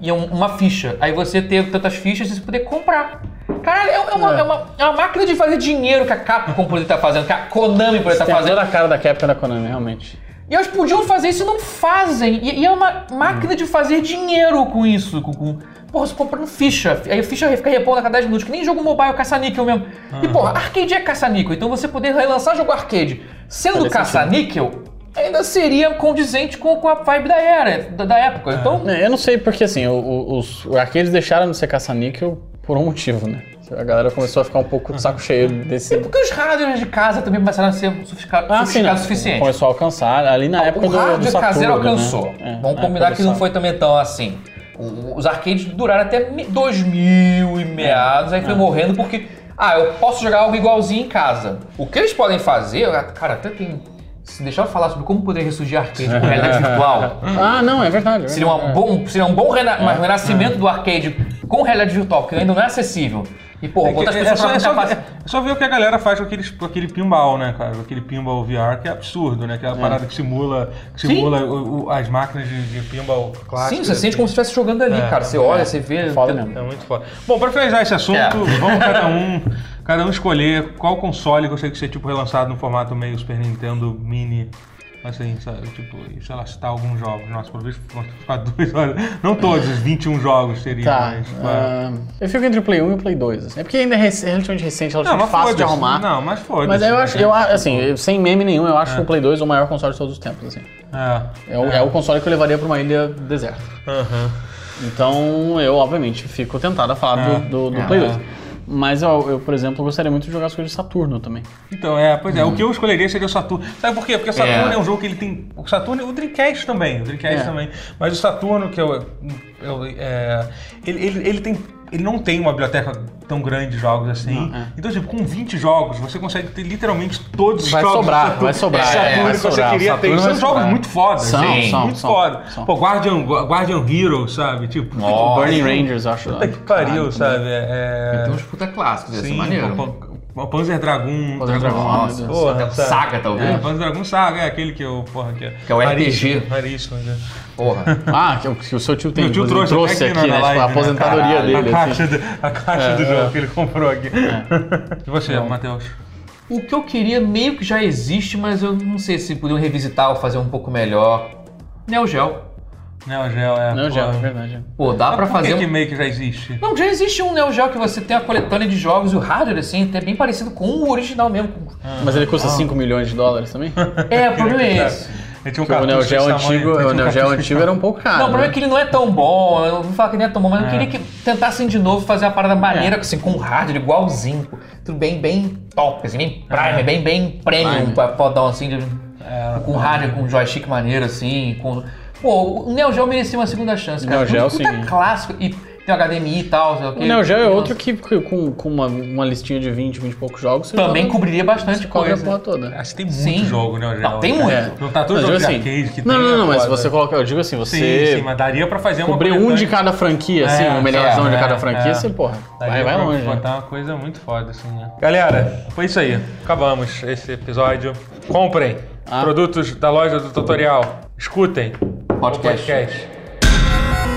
S2: e é um- uma ficha. Aí você ter tantas fichas e você poder comprar. Caralho, é, é uma, é uma- é uma máquina de fazer dinheiro que a Capcom poderia estar fazendo, que a Konami poderia estar
S3: Tem
S2: fazendo.
S3: toda tá a cara da Capcom e da Konami, realmente.
S2: E elas podiam fazer isso e não fazem. E, e é uma máquina de fazer dinheiro com isso, com, com... Porra, você comprando ficha. Aí a ficha fica repondo a cada 10 minutos, que nem jogo mobile caça-níquel mesmo. E porra, arcade é caça-níquel, então você poder relançar jogo arcade sendo
S3: Faz
S2: caça-níquel ainda seria condizente com, com a vibe da era, da, da época. Então,
S3: É, Eu não sei porque, assim, o- o- os o arcades deixaram de ser caça-níquel por um motivo, né? A galera começou a ficar um pouco de saco cheio desse...
S2: porque os hardwares de casa também começaram a ser sofisticados
S3: Ah, sim, não.
S2: sofisticados o suficiente. Ah,
S3: Começou a alcançar, ali na época
S2: o
S3: do,
S2: rádio
S3: do Saturno,
S2: caseiro
S3: né?
S2: alcançou.
S3: É,
S2: Vamos
S3: na
S2: combinar
S3: época do
S2: que não
S3: Saturno.
S2: foi também tão assim. O- Os arcades duraram até me- 2000 e meados,
S1: É.
S2: aí foi morrendo porque... Ah, eu posso jogar algo igualzinho em casa. O que eles podem fazer... ah, Cara, até tem... Se deixar eu falar sobre como poderia ressurgir arcade
S1: (laughs)
S2: com realidade virtual,
S3: Ah, não, é verdade. é
S2: seria,
S3: verdade.
S2: uma bom, seria um bom
S1: É,
S2: rena- um renascimento do arcade com realidade virtual, que ainda não é acessível. E, porra, quantas
S1: É, é,
S2: pessoas
S1: só,
S2: pra
S1: é,
S2: ficar
S1: só,
S2: fácil-
S1: é só ver o que a galera faz com, aqueles, com aquele pinball, né, cara? Com Aquele pinball VR que é absurdo, né? Aquela parada que simula, que simula o- o- as máquinas de, de pinball clássicas.
S2: Sim, você sente como se estivesse jogando ali, cara. Você olha, você vê...
S3: Foda
S2: tenta-
S3: mesmo.
S1: É muito foda. Bom, pra finalizar esse assunto,
S2: É.
S1: vamos cada um, cada um escolher qual console gostaria que ser tipo relançado no formato meio Super Nintendo Mini. Assim, sabe, tipo, e sei lá, citar alguns jogos. Nossa, por vez vão (laughs) ficar duas horas. Não todos, os 21 jogos
S2: um
S1: seriam,
S3: Tá.
S1: mas. tipo, é.
S3: ah, eu fico entre o Play 1 e o Play 2. Assim. É porque ainda é rec- relativamente recente,
S1: Não,
S3: relativamente
S1: mas
S3: fácil de
S1: foda-se.
S3: arrumar.
S1: Não, mas foda-se.
S3: Mas eu
S1: né,
S3: acho,
S1: cara?
S3: eu acho, assim, eu- sem meme nenhum, eu
S2: É.
S3: acho o Play 2 o maior console de todos os tempos, assim.
S1: É.
S3: É o, é o console que eu levaria pra uma ilha deserta.
S1: Aham.
S3: Então, eu, obviamente, fico tentado a falar
S1: É.
S3: do, do, do
S2: É.
S3: Play 2. Mas eu, eu, por exemplo, gostaria muito de jogar as coisas de Saturno também.
S1: Então, é, pois é, o que eu escolheria seria o Saturno. Sabe por quê? Porque o Saturno é,
S2: É.
S1: um jogo que ele tem. O Saturno e o Dreamcast também. O Dreamcast
S3: É.
S1: também. Mas o Saturno, que eu. eu- é, ele, ele, ele tem. Ele não tem uma biblioteca tão grande de jogos assim.
S3: Não, é.
S1: Então, tipo, com 20 jogos, você consegue ter literalmente todos os
S3: Vai
S1: jogos. do
S3: sobrar,
S1: Saturno.
S3: vai sobrar,
S1: Saturno
S2: é, vai
S1: que você
S3: sobrar.
S1: queria ter.
S3: Saturno vai
S1: São jogos
S3: sobrar.
S1: muito fodas.
S3: São,
S1: né?
S3: são,
S1: muito
S3: são,
S1: foda.
S3: são.
S1: Pô, Guardian, Guardian Hero, sabe? Tipo, puta
S2: Nossa.
S1: que
S3: Burning Rangers, eu acho. né? Ah,
S1: puta que pariu,
S3: Caralho,
S1: sabe? É, é-
S3: Então,
S2: Tem uns puta clássicos, ia ser
S1: Sim,
S2: maneiro.
S1: pô, pô, O Panzer Dragon.
S3: é Panzer Dragon,
S2: Nossa,
S3: meu Deus.
S1: Porra, tá.
S2: até
S1: sabe?
S2: Saga, tá talvez.
S1: É, Panzer Dragon Saga, é aquele que eu, porra, que é.
S2: Que é o RPG.
S1: raríssimo, Raríssimo, né?
S2: Porra.
S3: Ah, que, o- que o seu tio tem.
S1: Meu tio
S3: inclusive,
S1: trouxe, até aqui
S3: aqui,
S1: na
S3: né?
S1: live,
S3: tipo, a
S1: né?
S3: aposentadoria
S2: Caralho,
S3: dele.
S1: a
S3: assim.
S1: caixa,
S3: É.
S1: do, a caixa do jogo que ele comprou aqui. E você, Matheus?
S2: O que eu queria meio que já existe, mas eu não sei se podiam revisitar ou fazer um pouco melhor. Neo Geo.
S1: Neo Geo, é.
S3: Não, já, é
S1: porra.
S3: verdade. é.
S2: Pô, dá
S1: Mas
S2: pra
S1: por que
S2: fazer.
S1: que
S2: um-
S1: meio que já existe?
S2: Não, já existe um Neo Geo que você tem a coletânea de jogos e o hardware, assim, até bem parecido com o original mesmo.
S1: Ah,
S3: Mas ele custa 5 milhões de dólares
S1: (laughs)
S3: também? Porque
S2: É, o problema é esse.
S1: Ele tinha um
S3: o Neo
S1: cartucho
S3: Geo
S1: desse tamanho,
S3: antigo,
S1: ele tinha
S3: o
S1: um
S3: Neo Geo
S1: cartucho desse
S3: antigo era um pouco caro.
S2: Não, o problema é
S3: né?
S2: que ele não é tão bom, eu não vou falar que ele não é tão bom, mas eu queria que tentassem de novo fazer uma parada maneira,
S3: É.
S2: assim, com um hardware igualzinho, tudo bem, bem top, assim, bem
S3: É.
S2: prime, bem, bem premium,
S3: Prime.
S2: pra podão, assim, de-
S3: É,
S2: com hardware, com joystick maneiro, assim, com... Pô, o Neo Geo merecia uma segunda chance, cara.
S3: Neo Geo,
S2: Puta
S3: sim.
S2: clássico, e tem HDMI e tal, sei lá
S3: O Neo Geo é outro que que com, com uma, uma listinha de 20, 20 e poucos jogos. você
S2: Também
S3: joga-
S2: cobriria bastante
S3: você cobre é a porra
S2: coisa.
S1: tamanho.
S3: toda.
S1: Acho que tem muito
S2: Sim.
S1: jogo, Neo Geo.
S2: Não, tem muito.
S3: É.
S1: Não tá todo jogo de
S3: Mas eu digo assim,
S1: arcade que
S3: não,
S1: tem,
S3: não, não,
S1: é
S3: mas
S1: foda.
S3: você coloca, eu digo assim,
S1: Sim,
S3: você
S1: sim, mas daria pra fazer uma
S3: cobrir um
S1: coletânea.
S3: de cada franquia, assim,
S1: É,
S3: uma melhorzão
S2: é,
S3: de cada
S1: é,
S3: franquia,
S1: é.
S3: você, porra, vai,
S1: Daria
S3: vai
S1: pra
S3: longe. né?
S1: Botar uma coisa muito foda, assim, né? Galera, foi isso aí. Acabamos esse episódio. Comprem
S3: Ah.
S1: produtos da loja do tutorial. Escutem o
S2: Podcast.
S1: podcast.